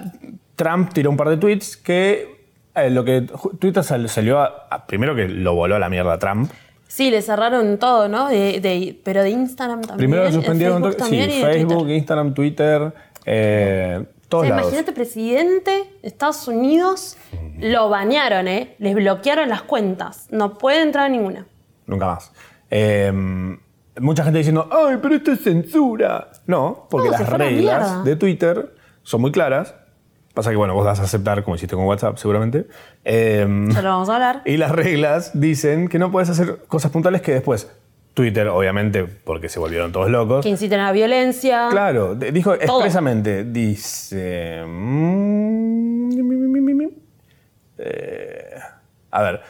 S1: Trump tiró un par de tweets que eh, lo que ju- Twitter sal- salió, a- a- primero que lo voló a la mierda a Trump.
S2: Sí, le cerraron todo, ¿no? De, de- pero de Instagram también.
S1: Primero lo
S2: de
S1: suspendieron,
S2: Facebook
S1: to-
S2: también
S1: sí,
S2: y de Twitter.
S1: Facebook, Instagram, Twitter, eh,
S2: O
S1: todos
S2: sea,
S1: lados.
S2: imagínate, presidente de Estados Unidos lo banearon, ¿eh? Les bloquearon las cuentas. No puede entrar a ninguna.
S1: Nunca más. Eh, mucha gente diciendo, ay, pero esto es censura. No, porque
S2: No, se
S1: las
S2: fue a la
S1: reglas
S2: mierda.
S1: de Twitter son muy claras. Pasa que, bueno, vos das a aceptar, como hiciste con WhatsApp, seguramente. Eh,
S2: Ya lo vamos a hablar.
S1: Y las reglas dicen que no puedes hacer cosas puntuales que después Twitter, obviamente, porque se volvieron todos locos.
S2: Que inciten a la violencia.
S1: Claro, de- dijo expresamente, dice... mm, mi, mi, mi, mi, mi. Eh, a ver,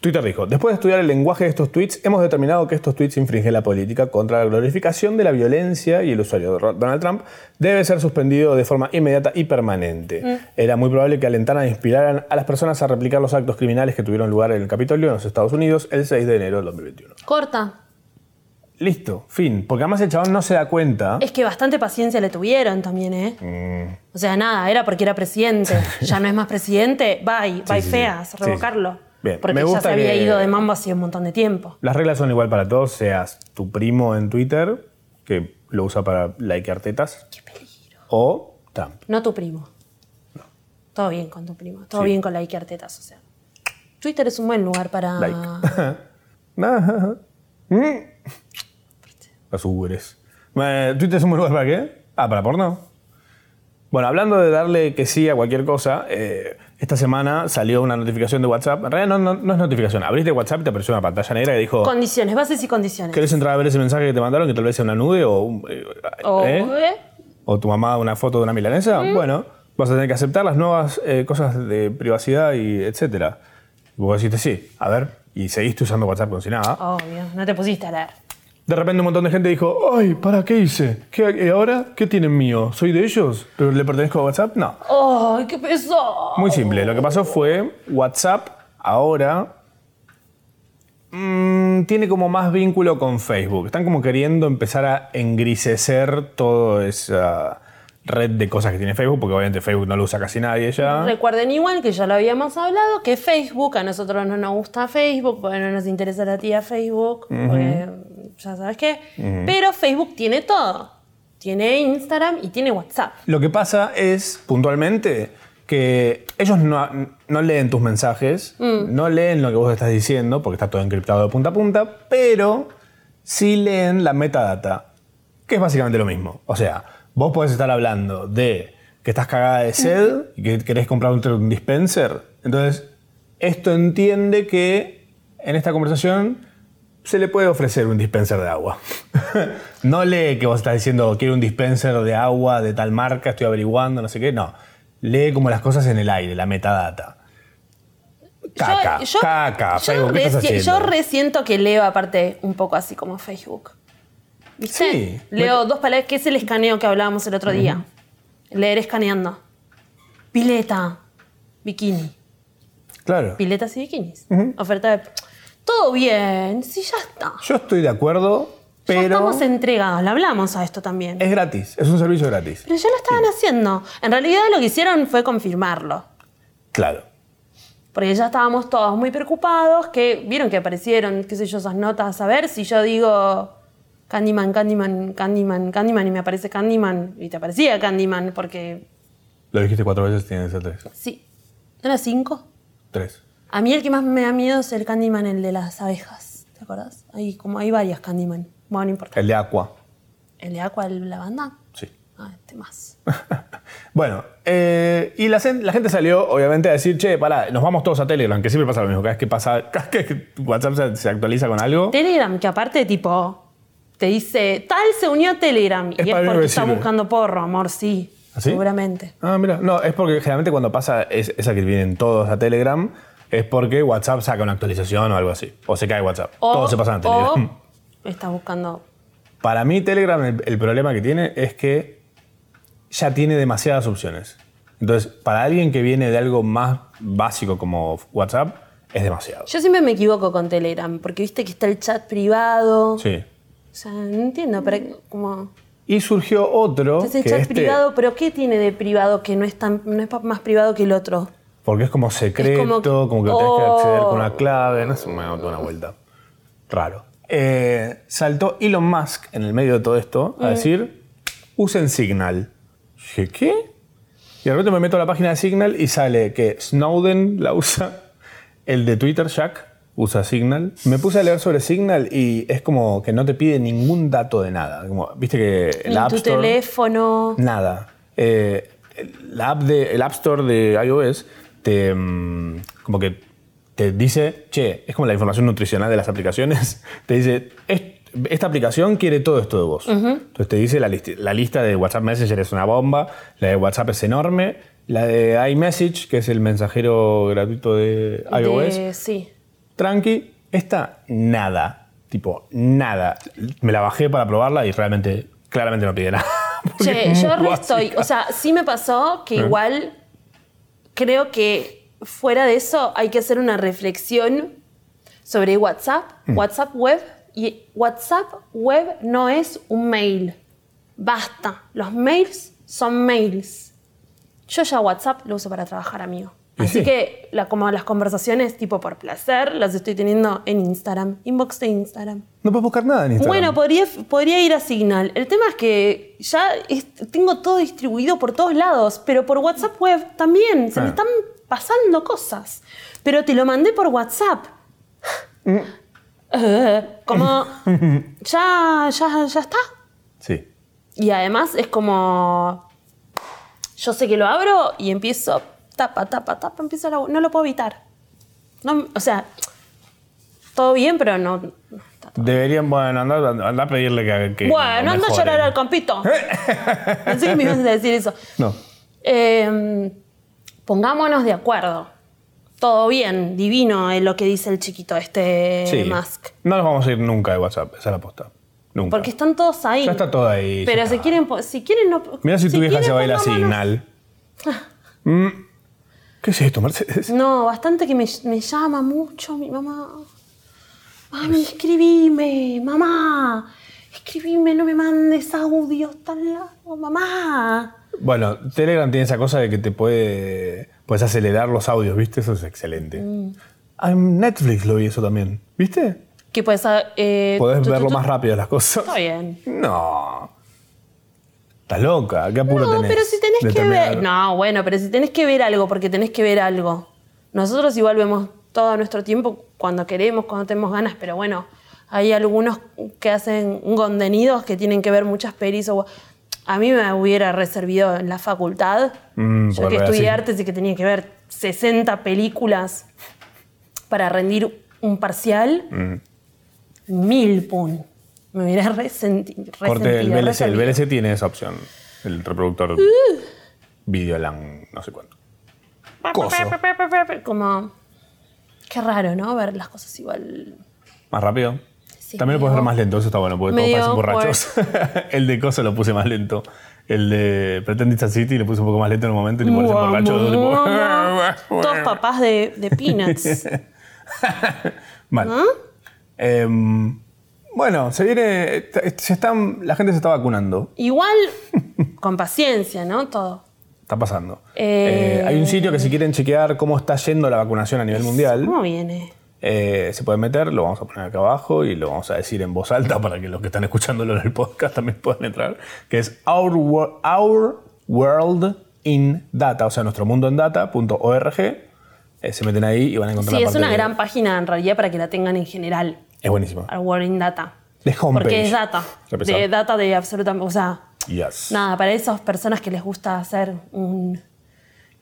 S1: Twitter dijo, después de estudiar el lenguaje de estos tweets, hemos determinado que estos tweets infringen la política contra la glorificación de la violencia y el usuario de Ro- Donald Trump debe ser suspendido de forma inmediata y permanente. Era muy probable que alentaran e inspiraran a las personas a replicar los actos criminales que tuvieron lugar en el Capitolio en los Estados Unidos el 6 de enero del 2021.
S2: Corta.
S1: Listo, fin. Porque además el chabón no se da cuenta...
S2: Es que bastante paciencia le tuvieron también, ¿eh?
S1: Mm.
S2: O sea, nada, era porque era presidente. ya no es más presidente. Bye,
S1: sí,
S2: bye
S1: sí.
S2: feas,
S1: Sí, sí.
S2: revocarlo.
S1: Bien,
S2: Porque
S1: me
S2: ya
S1: gusta
S2: se había
S1: que-
S2: ido de mambo hacía un montón de tiempo.
S1: Las reglas son igual para todos, seas tu primo en Twitter, que lo usa para likear tetas,
S2: Qué peligro.
S1: o Trump.
S2: No tu primo. Todo bien con tu primo. Todo
S1: Sí.
S2: bien con la Ike Artetas, o sea. Twitter es un buen lugar para.
S1: Like. Ah, mm. Las ubres. Eh, ¿Twitter es un buen lugar para qué? Ah, para porno. Bueno, hablando de darle que sí a cualquier cosa, eh, esta semana salió una notificación de WhatsApp. En realidad no, no- no es notificación. Abriste WhatsApp y te apareció una pantalla negra que dijo...
S2: Condiciones, bases y condiciones.
S1: ¿Querés entrar a ver ese mensaje que te mandaron que tal vez sea una nude o... un- eh,
S2: O,
S1: eh?
S2: ¿eh?
S1: o tu mamá una foto de una milanesa, bueno, vas a tener que aceptar las nuevas eh, cosas de privacidad y etcétera. Y vos deciste sí, a ver, y seguiste usando WhatsApp como si nada.
S2: Obvio, no te pusiste a leer.
S1: De repente un montón de gente dijo, ay, ¿para qué hice? ¿Qué, eh, ¿Ahora qué tienen mío? ¿Soy de ellos? ¿Pero le pertenezco a WhatsApp? No.
S2: ¡Ay, qué pesado!
S1: Muy simple, lo que pasó fue WhatsApp ahora mm, tiene como más vínculo con Facebook. Están como queriendo empezar a engrisecer toda esa red de cosas que tiene Facebook, porque obviamente Facebook no lo usa casi nadie ya.
S2: Recuerden igual que ya lo habíamos hablado, que Facebook, a nosotros no nos gusta Facebook, porque no nos interesa la tía Facebook, porque ya sabes qué. Pero Facebook tiene todo. Tiene Instagram y tiene WhatsApp.
S1: Lo que pasa es, puntualmente, que ellos no, no leen tus mensajes, no leen lo que vos estás diciendo, porque está todo encriptado de punta a punta, pero sí leen la metadata, que es básicamente lo mismo. O sea, vos podés estar hablando de que estás cagada de sed y que querés comprar un, un dispenser. Entonces, esto entiende que en esta conversación se le puede ofrecer un dispenser de agua. no lee que vos estás diciendo, quiero un dispenser de agua de tal marca, estoy averiguando, no sé qué. No, lee como las cosas en el aire, la metadata. Caca, caca, Facebook, ¿qué estás
S2: resi-
S1: haciendo?
S2: yo resiento que leo aparte un poco así como Facebook. ¿Viste?
S1: Sí.
S2: Leo dos palabras, que es el escaneo que hablábamos el otro día. Leer escaneando. Pileta, bikini.
S1: Claro.
S2: Piletas y bikinis. Oferta de... Todo bien, sí, ya está.
S1: Yo estoy de acuerdo,
S2: ya
S1: pero
S2: estamos entregados, le hablamos a esto también.
S1: es gratis, es un servicio gratis.
S2: Pero ya lo estaban haciendo. En realidad lo que hicieron fue confirmarlo.
S1: Claro.
S2: Porque ya estábamos todos muy preocupados, que vieron que aparecieron, qué sé yo, esas notas. A ver si yo digo Candyman, Candyman, Candyman, Candyman, y me aparece Candyman, y te aparecía Candyman, porque
S1: Lo dijiste cuatro veces, tiene que ser tres.
S2: sí, ¿no era cinco?
S1: Tres.
S2: A mí el que más me da miedo es el Candyman, el de las abejas, ¿te acordás? Hay, como, hay varias Candyman, bueno, no importa.
S1: El de Aqua.
S2: ¿El de Aqua, el de la banda?
S1: Sí.
S2: Ah, este más.
S1: bueno, eh, y la, gen- la gente salió, obviamente, a decir, che, pará, nos vamos todos a Telegram, que siempre pasa lo mismo. Cada vez que, pasa, cada vez que WhatsApp se, se actualiza con algo,
S2: Telegram, que aparte, tipo, te dice, tal se unió a Telegram,
S1: Es
S2: y es
S1: para mí
S2: porque está
S1: sirve.
S2: buscando porro, amor, sí.
S1: ¿Ah, sí?
S2: Seguramente.
S1: Ah, mira. No, es porque generalmente cuando pasa es- esa que vienen todos a Telegram, es porque WhatsApp saca una actualización o algo así. O se cae WhatsApp.
S2: O,
S1: Todos se pasan a Telegram.
S2: o está buscando
S1: Para mí Telegram el, el problema que tiene es que ya tiene demasiadas opciones. Entonces, para alguien que viene de algo más básico como WhatsApp, es demasiado.
S2: Yo siempre me equivoco con Telegram, porque viste que está el chat privado.
S1: Sí.
S2: O sea, no entiendo, pero como.
S1: Y surgió otro.
S2: Es el
S1: que
S2: chat
S1: este-
S2: privado, pero ¿qué tiene de privado que no es, tan, no es pa- más privado que el otro?
S1: Porque es como secreto, como,
S2: como-
S1: que tenés que acceder
S2: Oh.
S1: con una clave, no sé, me da una vuelta. Raro. Eh, saltó Elon Musk en el medio de todo esto
S2: Mm.
S1: a decir, usen Signal. Dije, ¿qué? Y de repente me meto a la página de Signal y sale que Snowden la usa, el de Twitter, Jack, usa Signal. Me puse a leer sobre Signal y es como que no te pide ningún dato de nada. Como, Viste que en
S2: Ni
S1: la App
S2: tu
S1: Store- Mm.
S2: teléfono.
S1: Nada. Eh, la app de, el App Store de iOS te, mm, como que te dice, che, es como la información nutricional de las aplicaciones, te dice, "Est- esta aplicación quiere todo esto de vos. Entonces te dice, la, listi- la lista de WhatsApp Messenger es una bomba, la de WhatsApp es enorme, la de iMessage, que es el mensajero gratuito de
S2: de-
S1: iOS,
S2: sí.
S1: tranqui, esta nada, tipo, nada. Me la bajé para probarla y realmente, claramente no pide nada. porque
S2: Che,
S1: es
S2: yo
S1: muy
S2: re estoy.
S1: básica.
S2: O sea, sí me pasó que igual creo que fuera de eso hay que hacer una reflexión sobre WhatsApp,
S1: Mm.
S2: WhatsApp web. Y WhatsApp web no es un mail. Basta. Los mails son mails. Yo ya WhatsApp lo uso para trabajar, amigo.
S1: Y
S2: Así
S1: sí.
S2: que la- como las conversaciones tipo por placer las estoy teniendo en Instagram, inbox de Instagram.
S1: No puedes buscar nada en Instagram.
S2: Bueno, podría, podría ir a Signal. El tema es que ya es- tengo todo distribuido por todos lados, pero por WhatsApp web también. Se
S1: Ah.
S2: me están pasando cosas. Pero te lo mandé por WhatsApp.
S1: Mm.
S2: Eh, como ya, ya, ya está.
S1: Sí.
S2: Y además es como. Yo sé que lo abro y empiezo. Tapa, tapa, tapa, empiezo a la, No lo puedo evitar. No, o sea, todo bien, pero no.
S1: Deberían, bueno, andar a pedirle que. que
S2: Bueno, anda a
S1: mejoren.
S2: llorar al campito. Pensé que me ibas a decir eso.
S1: No.
S2: Eh, pongámonos de acuerdo. Todo bien, divino es lo que dice el chiquito este
S1: Sí.
S2: Musk.
S1: No nos vamos a ir nunca de WhatsApp, esa es la posta. Nunca.
S2: Porque están todos ahí.
S1: Ya está todo ahí.
S2: Pero si quieren, po- si quieren no.
S1: Mira si, tu vieja
S2: quieren,
S1: se baila
S2: pongámonos-
S1: Signal. Mm. ¿Qué es esto, Mercedes?
S2: No, bastante que me, me llama mucho mi mamá. Mami, escribime, mamá. Escribime, no me mandes audios tan largos, mamá.
S1: Bueno, Telegram tiene esa cosa de que te puede. Puedes acelerar los audios, ¿viste? Eso es excelente.
S2: Mm.
S1: Ah, en Netflix lo vi eso también. ¿Viste?
S2: Que puedes. Eh,
S1: Podés
S2: tu- tu-
S1: verlo
S2: tu-
S1: más rápido las cosas.
S2: Está bien.
S1: No. Estás loca. ¿Qué apuro
S2: No,
S1: tenés?
S2: pero si
S1: de
S2: tenés que
S1: terminar?
S2: ver. No, bueno, pero si tenés que ver algo, porque tenés que ver algo. Nosotros igual vemos todo nuestro tiempo cuando queremos, cuando tenemos ganas, pero bueno, hay algunos que hacen contenidos que tienen que ver muchas pelis o. A mí me hubiera reservado en la facultad.
S1: Mm,
S2: yo que
S1: porque así-
S2: estudié artes y que tenía que ver 60 películas para rendir un parcial,
S1: Mm.
S2: mil pun. Me hubiera resenti- resentido.
S1: Corte el VLC. El
S2: reservido.
S1: VLC tiene esa opción. El reproductor
S2: Uh.
S1: Videolan, no sé cuánto. Coso.
S2: Como. Qué raro, ¿no? Ver las cosas igual.
S1: Más rápido.
S2: Sí,
S1: También lo puedes
S2: medio-
S1: ver más lento, eso está bueno, porque
S2: medio
S1: todos parecen borrachos. el de Cosa lo puse más lento. El de Pretendista City lo puse un poco más lento en un momento y tipo, parecen borrachos. tipo,
S2: Todos papás de, de Peanuts.
S1: Mal. Em, bueno, se viene. eh, Se están, la gente se está vacunando.
S2: Igual, con paciencia, ¿no? Todo.
S1: Está pasando.
S2: Eh,
S1: Eh, hay un sitio que si quieren chequear cómo está yendo la vacunación a nivel mundial,
S2: ¿Cómo viene?
S1: eh, se pueden meter, lo vamos a poner acá abajo y lo vamos a decir en voz alta para que los que están escuchándolo en el podcast también puedan entrar, que es Our, Wor- Our World in Data, o sea, nuestro mundo en data.org. Eh, se meten ahí y van a encontrar
S2: Sí,
S1: la
S2: es
S1: parte
S2: una
S1: de-
S2: gran página en realidad para que la tengan en general.
S1: Es buenísimo.
S2: Al World in Data.
S1: De homepage.
S2: Porque es data.
S1: Re pesado.
S2: De data de absolutamente. O sea,
S1: Yes.
S2: Nada, para esas personas que les gusta hacer un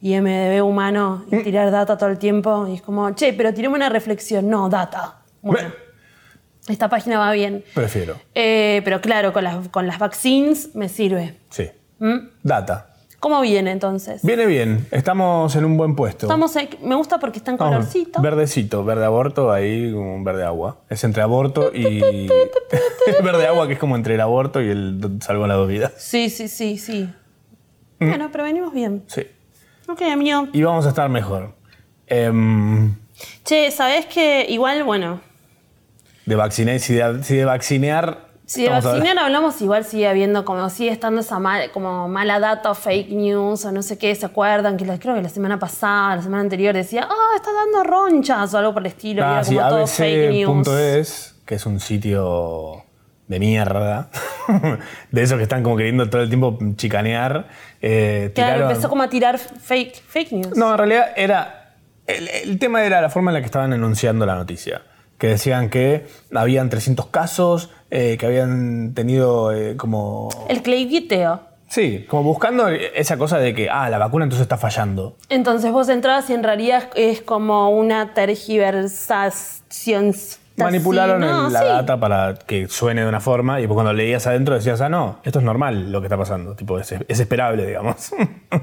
S2: IMDB humano
S1: Mm.
S2: y tirar data todo el tiempo, y es como, che, pero tiremos una reflexión. No, data. Bueno, esta página va bien.
S1: Prefiero.
S2: Eh, pero claro, con las, con las vaccines me sirve.
S1: Sí.
S2: ¿Mm?
S1: Data.
S2: ¿Cómo viene entonces?
S1: Viene bien, estamos en un buen puesto.
S2: Estamos, en- me gusta porque está en
S1: Vamos,
S2: colorcito.
S1: Verdecito, verde aborto, ahí como un verde agua. Es entre aborto y. verde agua, que es como entre el aborto y el do- salvo las dos vidas.
S2: Sí, sí, sí, sí.
S1: Mm.
S2: Bueno, pero venimos bien.
S1: Sí.
S2: Ok, amigo.
S1: Y vamos a estar mejor. Em,
S2: Che, ¿sabés que igual, bueno,
S1: de vaccine- si, de, si de vaccinear.
S2: Si de
S1: estamos a-
S2: vacinar hablamos, igual sigue habiendo, como sigue estando esa mal- como mala data o fake news o no sé qué, ¿se acuerdan? Que la- creo que la semana pasada, la semana anterior decía, ah, está dando ronchas o algo por el estilo.
S1: Ah,
S2: y era
S1: sí,
S2: como todo fake news.
S1: E, abc.es, que es un sitio de mierda, de esos que están como queriendo todo el tiempo chicanear. eh,
S2: Claro,
S1: tiraron-
S2: empezó como a tirar fake, fake news.
S1: No, en realidad era. El, el tema era la forma en la que estaban anunciando la noticia. Que decían que habían 300 casos, eh, que habían tenido eh, como.
S2: El clickbiteo.
S1: Sí, como buscando esa cosa de que, ah, la vacuna entonces está fallando.
S2: Entonces vos entrabas y en realidad es como una tergiversación.
S1: Manipularon
S2: Sí, no,
S1: el- la
S2: sí.
S1: data para que suene de una forma y pues cuando leías adentro decías, ah, no, esto es normal lo que está pasando. Tipo, es, es esperable, digamos.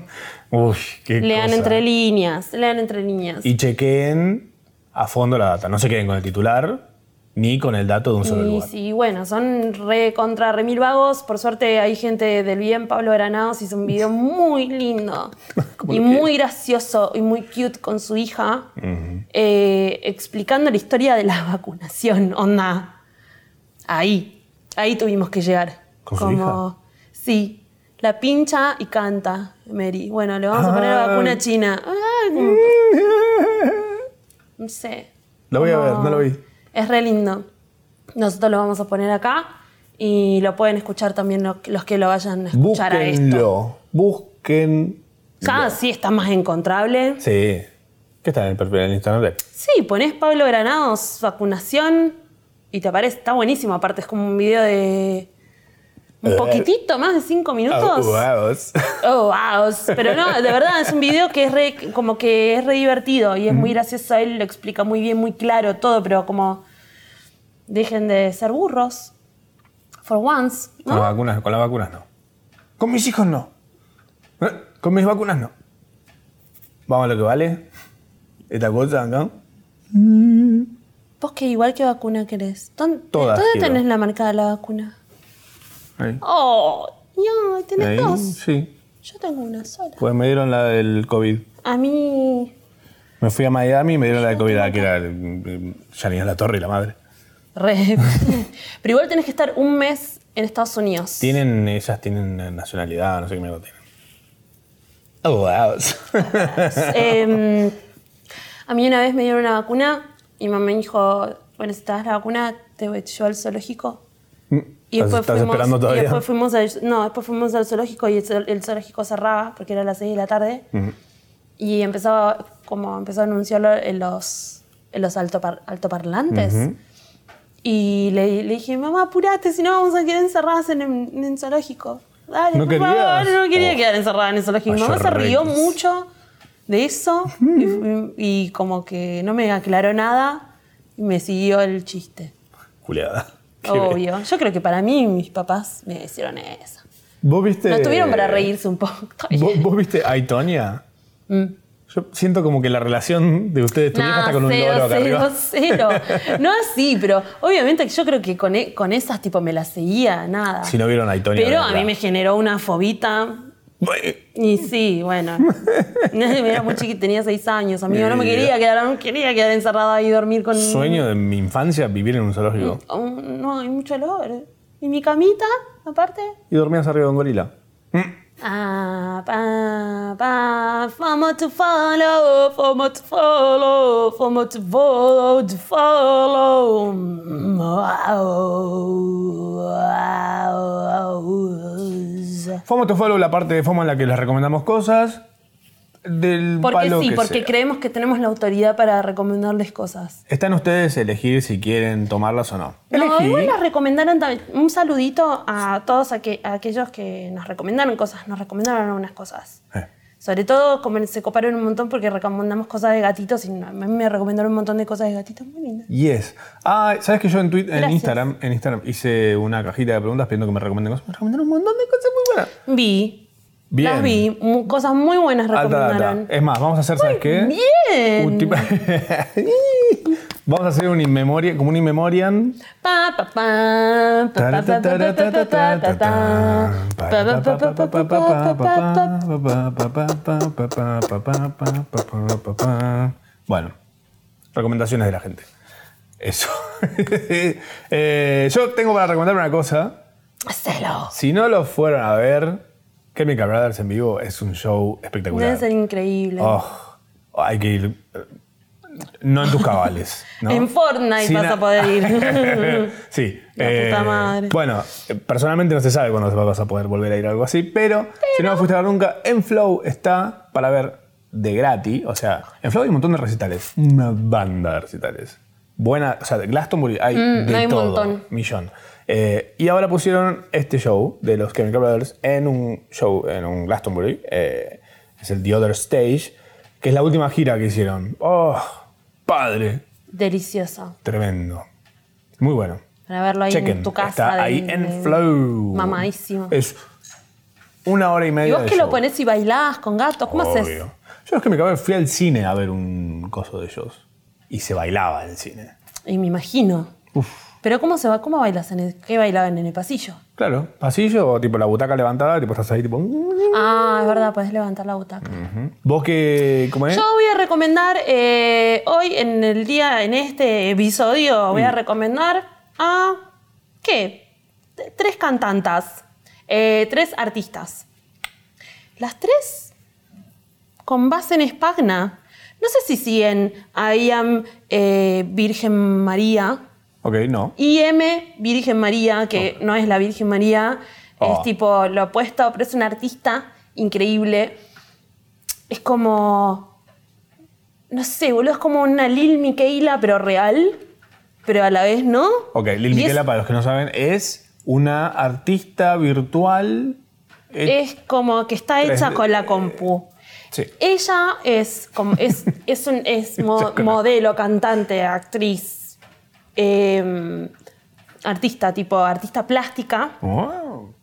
S1: Uy, qué
S2: Lean
S1: cosa.
S2: entre líneas, lean entre líneas.
S1: Y chequeen a fondo la data. No se queden con el titular ni con el dato de un solo
S2: Y
S1: lugar.
S2: sí, bueno, son re contra re mil vagos. Por suerte hay gente del bien, Pablo Granados hizo un video muy lindo
S1: Como
S2: y
S1: lo
S2: muy gracioso y muy cute con su hija eh, explicando la historia de la vacunación. Onda, ahí, ahí tuvimos que llegar.
S1: ¿Con su hija?
S2: Sí, la pincha y canta, Mary. Bueno, le vamos a poner la
S1: Ah.
S2: vacuna china. Ah, como- no sé.
S1: Lo voy a ver, no lo vi.
S2: Es re lindo. Nosotros lo vamos a poner acá y lo pueden escuchar también lo- los que lo vayan a escuchar a esto.
S1: Búsquenlo. Busquen.
S2: Cada sí está más encontrable.
S1: Sí. ¿Qué está en el perfil en Instagram? de-
S2: Sí, ponés Pablo Granados, vacunación, y te aparece. Está buenísimo. Aparte, es como un video de. Un
S1: Eh.
S2: poquitito, más de cinco minutos.
S1: Oh, guavos.
S2: Oh, wow. Pero no, de verdad es un video que es re, como que es re divertido y es muy gracioso. Él lo explica muy bien, muy claro todo, pero como dejen de ser burros. For once,
S1: Con,
S2: ¿no?
S1: las vacunas, con las vacunas no. Con mis hijos no. Eh, Con mis vacunas no. Vamos a lo que vale. Esta cosa, ¿no?
S2: Vos que igual que vacuna querés. ¿Dónde,
S1: Todas
S2: ¿dónde
S1: quiero.
S2: tenés la marcada la vacuna?
S1: Ahí.
S2: Oh, no, tenés
S1: Ahí,
S2: dos.
S1: Sí.
S2: Yo tengo una sola.
S1: Pues me dieron la del COVID.
S2: A mí
S1: Me fui a Miami y me dieron la del COVID, ah, que era mm, mm, Janina La Torre y la madre.
S2: re- pero igual tenés que estar un mes en Estados Unidos.
S1: Tienen, ellas tienen nacionalidad, no sé qué me lo tienen. Oh, guavos.
S2: Eh, a mí una vez me dieron una vacuna y mamá me dijo, bueno, si te das la vacuna, te voy a llevar al zoológico. Y
S1: ¿Estás- Mm, estás
S2: después fuimos,
S1: esperando
S2: y
S1: todavía?
S2: después fuimos al, no, después fuimos al zoológico y el, zool- el zoológico cerraba porque era las 6 de la tarde. Y empezaba, como empezó a anunciarlo en los, en los altopar- altoparlantes. Y le, le dije, mamá, apurate, si no vamos a quedar encerradas en, el- en el zoológico. Dale,
S1: No
S2: por favor".
S1: querías.
S2: no quería
S1: Oh.
S2: quedar encerrada en el zoológico. Mi
S1: Ay,
S2: mamá
S1: yo
S2: se rió
S1: re-
S2: mucho de eso y, y como que no me aclaró nada y me siguió el chiste.
S1: Juliada. Qué be-
S2: Obvio. Yo creo que para mí mis papás me hicieron eso.
S1: ¿Vos viste.
S2: No tuvieron para reírse un poco.
S1: ¿Vos, vos viste a Itonia?
S2: Mm.
S1: Yo siento como que la relación de ustedes, tu vieja está con un
S2: cero,
S1: loro acá
S2: cero,
S1: arriba.
S2: cero. No así, pero obviamente yo creo que con, e- con esas tipo me las seguía, nada.
S1: Si no vieron a Itonia.
S2: pero a
S1: véanla.
S2: mí me generó una fobita. Y sí, bueno. Era muy chiquita, tenía seis años, amigo. No me quería quedar, no quería quedar encerrada y dormir con.
S1: Sueño de mi infancia vivir en un
S2: Mm.
S1: zoológico.
S2: un- no, hay mucho olor. Y mi camita, aparte.
S1: Y dormías arriba de un gorila.
S2: Ah, pa, pa, FOMO to follow, FOMO to follow, FOMO to follow, to follow. Mm, wow, wow.
S1: Fomo to follow, la parte de Fomo en la que les recomendamos cosas. Del
S2: Porque
S1: palo
S2: sí,
S1: que
S2: porque
S1: sea.
S2: creemos que tenemos la autoridad para recomendarles cosas.
S1: Están ustedes a elegir si quieren tomarlas o no.
S2: No,
S1: Elegí.
S2: igual nos recomendaron también. Un saludito a todos aque- a aquellos que nos recomendaron cosas, nos recomendaron algunas cosas.
S1: Eh,
S2: Sobre todo como se coparon un montón porque recomendamos cosas de gatitos y no- a mí me recomendaron un montón de cosas de gatitos muy lindas.
S1: Yes. Ah, ¿sabes que yo en, Twitter, en,
S2: Gracias.
S1: Instagram, en Instagram hice una cajita de preguntas pidiendo que me recomienden cosas? Me recomendaron un montón de cosas muy buenas.
S2: Vi.
S1: Bien.
S2: Las vi, mu- cosas muy buenas
S1: Alta data.
S2: recomendaron.
S1: Es más, vamos a hacer, ¿sabes qué?
S2: Bien.
S1: Un tipo- vamos a hacer un inmemoria, como un inmemoriam.
S2: Pa, pa, pa, pa, pa, pa, pa, pa, pa, pa, pa, pa. Pa, pa, pa, pa, pa, pa, pa, pa, pa, pa.
S1: Bueno, recomendaciones de la gente. Eso. Eh, yo tengo para recomendar una cosa.
S2: Hacelo.
S1: Si no lo fueron a ver, Chemical Brothers en vivo es un show
S2: Debe
S1: espectacular.
S2: ser increíble.
S1: Oh, hay que ir. eh, No en tus cabales. ¿no?
S2: En Fortnite
S1: Sin
S2: vas a
S1: a-
S2: poder ir.
S1: sí.
S2: La puta madre.
S1: Bueno, eh, personalmente no se sabe cuándo vas a poder volver a ir a algo así, pero, si no lo fuiste a ver nunca, en Flow está para ver de gratis. O sea, en Flow hay un montón de recitales. Una banda de recitales. Buena, o sea, de Glastonbury hay
S2: Mm,
S1: de
S2: hay un
S1: todo.
S2: montón.
S1: Millón. Eh, y ahora pusieron este show de los Chemical Brothers en un show, en un Glastonbury. eh, es el The Other Stage, que es la última gira que hicieron. ¡Oh! ¡Padre!
S2: Delicioso.
S1: Tremendo. Muy bueno.
S2: Para verlo ahí
S1: Chequen,
S2: en tu casa.
S1: está
S2: de-
S1: ahí
S2: de-
S1: en Flow.
S2: Mamadísimo.
S1: Es una hora y media.
S2: ¿Y vos
S1: de
S2: que lo
S1: show.
S2: ponés y bailás con gatos? ¿Cómo haces?
S1: Obvio. Yo es que me acabé, fui al cine a ver un coso de ellos. Y se bailaba en el cine.
S2: Y me imagino. Pero ¿cómo se va? ¿Cómo bailas en el, qué bailaban en el pasillo?
S1: Claro, pasillo o tipo la butaca levantada, tipo estás ahí tipo. "Mm".
S2: Ah, es verdad, podés levantar la butaca.
S1: Vos que. ¿Cómo es?
S2: Yo voy a recomendar eh, hoy en el día, en este episodio, voy a recomendar a. ¿Qué? T- Tres cantantas. eh, tres artistas. Las tres con base en Espagna. No sé si siguen a IAM eh, Virgen María.
S1: Ok, no.
S2: IM Virgen María, que no es la Virgen María,
S1: Oh.
S2: es tipo lo opuesto, pero es un artista increíble. Es como. No sé, boludo, es como una Lil Miquela, pero real, pero a la vez no.
S1: Ok, Lil
S2: Y
S1: Miquela, para los que no saben, es una artista virtual. eh,
S2: Es, es como que está hecha
S1: 3D.
S2: con la
S1: eh,
S2: compu.
S1: sí.
S2: eh, Ella es como es, es un es mo- modelo, cantante, actriz, em, artista, tipo artista plástica.
S1: Wow.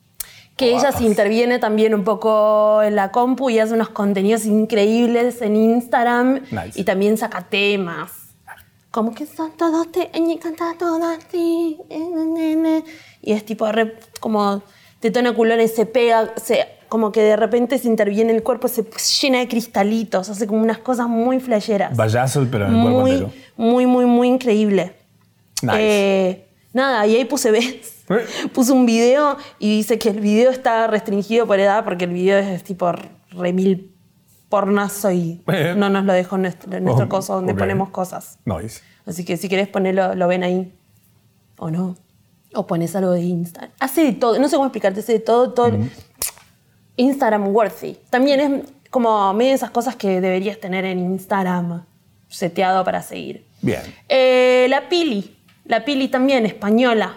S2: Que ella se interviene también un poco en la compu y hace unos contenidos increíbles en Instagram
S1: Nice.
S2: y también saca temas. Como que son todos te y canta todo a ti. eh, ne, ne, ne. Y es tipo re- como de tono colores, se pega, se, como que de repente se interviene el cuerpo, se llena de cristalitos, hace como unas cosas muy flasheras.
S1: Vayazo, pero en el cuerpo
S2: Muy,
S1: entero.
S2: muy, muy, muy increíble.
S1: Nice.
S2: Eh, nada, y ahí puse ves.
S1: ¿Eh?
S2: Puse un video y dice que el video está restringido por edad porque el video es tipo remil pornazo y
S1: Eh.
S2: no nos lo dejó nuestro, nuestro
S1: Oh,
S2: coso donde
S1: ok.
S2: ponemos cosas.
S1: Nice.
S2: Así que si querés ponerlo, lo ven ahí. O no. O pones algo de Instagram. Hace de todo, no sé cómo explicarte, hace de todo, todo. Instagram worthy. También es como medio de esas cosas que deberías tener en Instagram seteado para seguir.
S1: Bien.
S2: Eh, la Pili. La Pili también, española.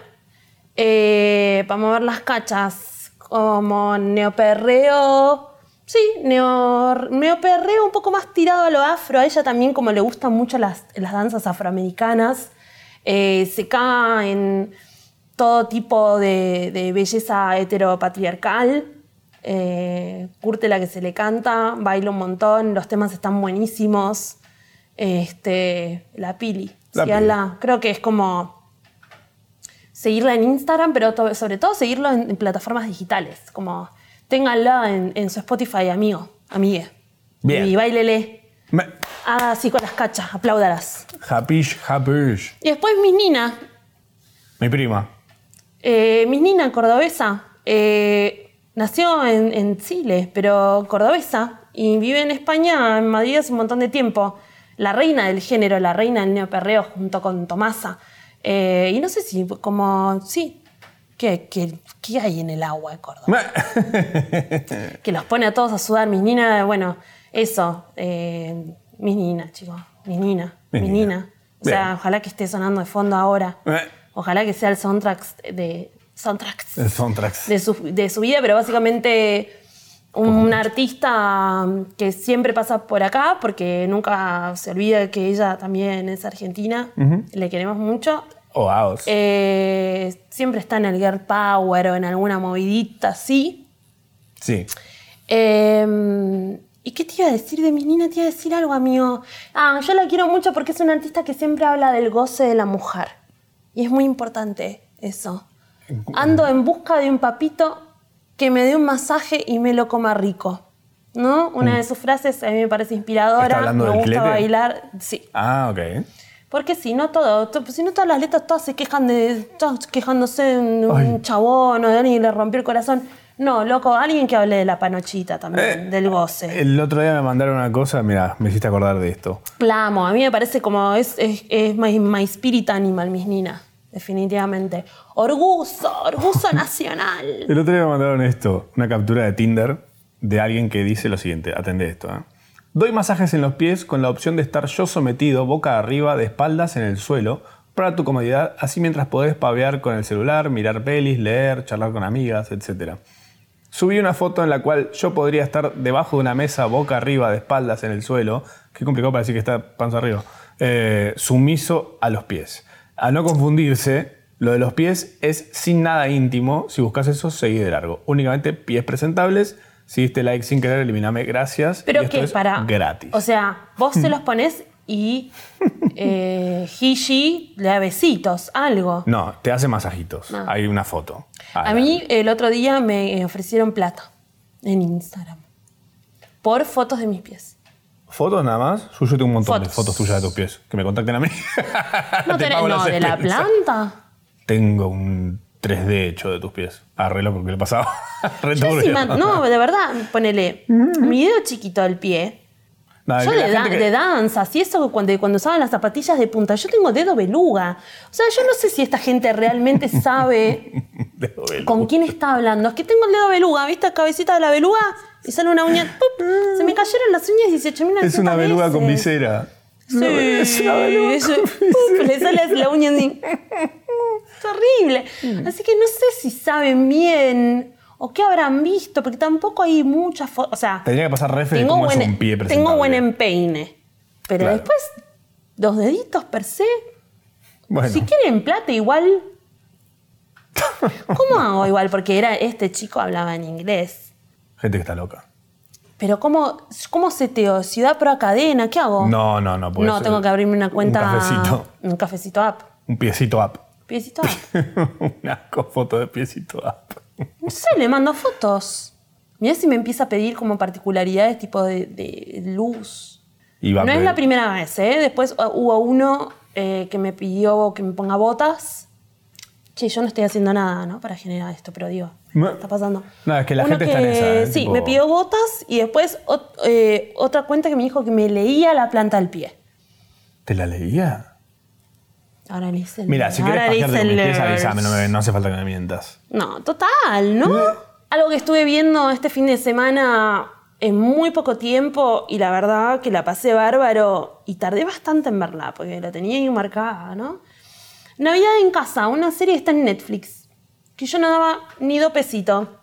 S2: Eh, para mover las cachas. Como neoperreo. Sí, neo, neoperreo un poco más tirado a lo afro. A ella también, como le gustan mucho las, las danzas afroamericanas, eh, se cae en todo tipo de, de belleza heteropatriarcal. Eh, curte la que se le canta, baila un montón, los temas están buenísimos. Este, la Pili.
S1: La
S2: Sí, ala. Creo que es como seguirla en Instagram, pero to- sobre todo seguirlo en, en plataformas digitales. Como ténganla en, en su Spotify, amigo, amigue.
S1: Bien.
S2: Y bailele.
S1: Me-
S2: Haga así con las cachas, apláudalas.
S1: Hapish, hapish.
S2: Y después mis Nina,
S1: Mi prima.
S2: Eh, Miss Nina, cordobesa, eh, nació en, en Chile, pero cordobesa, y vive en España, en Madrid hace un montón de tiempo. La reina del género, la reina del neoperreo, junto con Tomasa. Eh, y no sé si, como, sí, ¿qué, qué, qué hay en el agua de Córdoba? Que los pone a todos a sudar. Mis Nina, bueno, eso. eh, mis Nina, chicos. Mis Nina.
S1: Mis
S2: Mis
S1: Nina.
S2: Nina. O sea,
S1: Bien.
S2: ojalá que esté sonando de fondo ahora.
S1: Eh.
S2: Ojalá que sea el soundtrack de soundtracks
S1: Son tracks.
S2: de su, de su vida, pero básicamente un artista que siempre pasa por acá porque nunca se olvida que ella también es argentina. Le queremos mucho.
S1: Oh, wow.
S2: Eh, siempre está en el Girl Power o en alguna movidita así.
S1: sí.
S2: Eh, ¿Y qué te iba a decir de mis niñas? Te iba a decir algo, amigo. Ah, yo la quiero mucho porque es una artista que siempre habla del goce de la mujer. Y es muy importante eso. Ando en busca de un papito que me dé un masaje y me lo coma rico. ¿No? Una de sus frases a mí me parece
S1: Mm. ¿Está
S2: inspiradora.
S1: hablando
S2: Me
S1: del
S2: gusta
S1: clete?
S2: bailar. Sí.
S1: Ah, ok.
S2: Porque si no todo, to- si no todas las letras todas se quejan de, todas quejándose de un, un
S1: Ay.
S2: chabón o de alguien que le rompió el corazón. No, loco, alguien que hable de la panochita también,
S1: Eh,
S2: del goce.
S1: El otro día me mandaron una cosa, mira, me hiciste acordar de esto.
S2: Plamo, a mí me parece como es, es, es my, my spirit animal, mis ninas, definitivamente. Orgullo, orgullo nacional.
S1: El otro día me mandaron esto, una captura de Tinder de alguien que dice lo siguiente, atende esto. ¿eh? Doy masajes en los pies con la opción de estar yo sometido, boca arriba, de espaldas en el suelo, para tu comodidad, así mientras podés pavear con el celular, mirar pelis, leer, charlar con amigas, etc. Subí una foto en la cual yo podría estar debajo de una mesa, boca arriba, de espaldas en el suelo. Qué complicado para decir que está panza arriba. Eh, sumiso a los pies. A no confundirse, lo de los pies es sin nada íntimo. Si buscas eso, seguí de largo. Únicamente pies presentables. Si diste like sin querer, eliminame. Gracias. Y
S2: Pero
S1: esto
S2: que
S1: es
S2: para.
S1: Gratis.
S2: O sea, vos se los pones y eh, Gigi le da besitos, algo.
S1: no, te hace masajitos. Hay una foto.
S2: Ah. A mí el otro día me eh, ofrecieron plata en Instagram por fotos de mis pies.
S1: Fotos nada más. Yo, yo tengo un montón de
S2: Fotos.
S1: fotos tuyas de tus pies. Que me contacten a mí.
S2: No,
S1: Te
S2: tenés-
S1: pago
S2: no,
S1: las
S2: de la
S1: expensas.
S2: planta.
S1: Tengo un 3D hecho de tus pies. Arreglo porque le pasaba. Re
S2: Yo
S1: turbio.
S2: encima- no, de verdad, ponele mi dedo chiquito al pie.
S1: Nada,
S2: Yo
S1: que Ah, la
S2: de,
S1: gente
S2: dan-
S1: que-
S2: de danza, si eso cuando, cuando usaban las zapatillas de punta, yo tengo dedo beluga. O sea, yo no sé si esta gente realmente sabe
S1: de doble.
S2: con quién está hablando. Es que tengo el dedo beluga, ¿viste? Cabecita de la beluga y sale una uña. ¡pup! Se me cayeron las uñas 18.000
S1: Es una beluga con
S2: veces.
S1: visera.
S2: Sí,
S1: Es una beluga.
S2: eso, ¡puf! le sale así la uña así. Es horrible. Así que no sé si saben bien o qué habrán visto, porque tampoco hay muchas fotos. O sea,
S1: Tendría que pasar refe de
S2: tengo
S1: cómo
S2: buen, em-, e,
S1: es un pie
S2: tengo
S1: presentable.
S2: buen empeine. Pero
S1: Claro.
S2: después, dos deditos per se.
S1: Bueno,
S2: em-, Si quieren plata, igual. ¿Cómo hago igual? Porque era este chico hablaba en inglés.
S1: gente que está loca.
S2: Pero ¿cómo, cómo seteo? ¿Ciudad pro cadena? ¿Qué hago?
S1: No, no, no. Ah, puede
S2: no
S1: ser.
S2: tengo que abrirme una cuenta.
S1: Un cafecito.
S2: Un cafecito app.
S1: Un piecito app.
S2: Piecito app.
S1: Una asco foto de piecito app.
S2: No sé, le mando fotos. Mirá si me empieza a pedir como particularidades tipo de, de luz.
S1: Y va a
S2: No es
S1: pedir-
S2: la primera vez, ¿eh? Después uh, hubo uno eh, que me pidió que me ponga botas. Che, yo no estoy haciendo nada, ¿no? Para generar esto, pero digo,
S1: No.
S2: ¿qué está pasando?
S1: No, es que la gente está en esa, ¿eh?
S2: Sí,
S1: Tipo-
S2: me pidió botas y después ot- eh, otra cuenta que me dijo que me leía la planta al pie.
S1: ¿Te la leía?
S2: Ahora le hice el-
S1: Mira, si quieres
S2: ahora le
S1: pajearte
S2: hice
S1: con mis
S2: el-
S1: pies, avísame. No, me- no hace falta que me mientas.
S2: No, total, ¿no? Algo que estuve viendo este fin de semana en muy poco tiempo y la verdad que la pasé bárbaro y tardé bastante en verla porque la tenía ahí marcada, ¿no? Navidad en casa, una serie que está en Netflix, que yo no daba ni do pesito.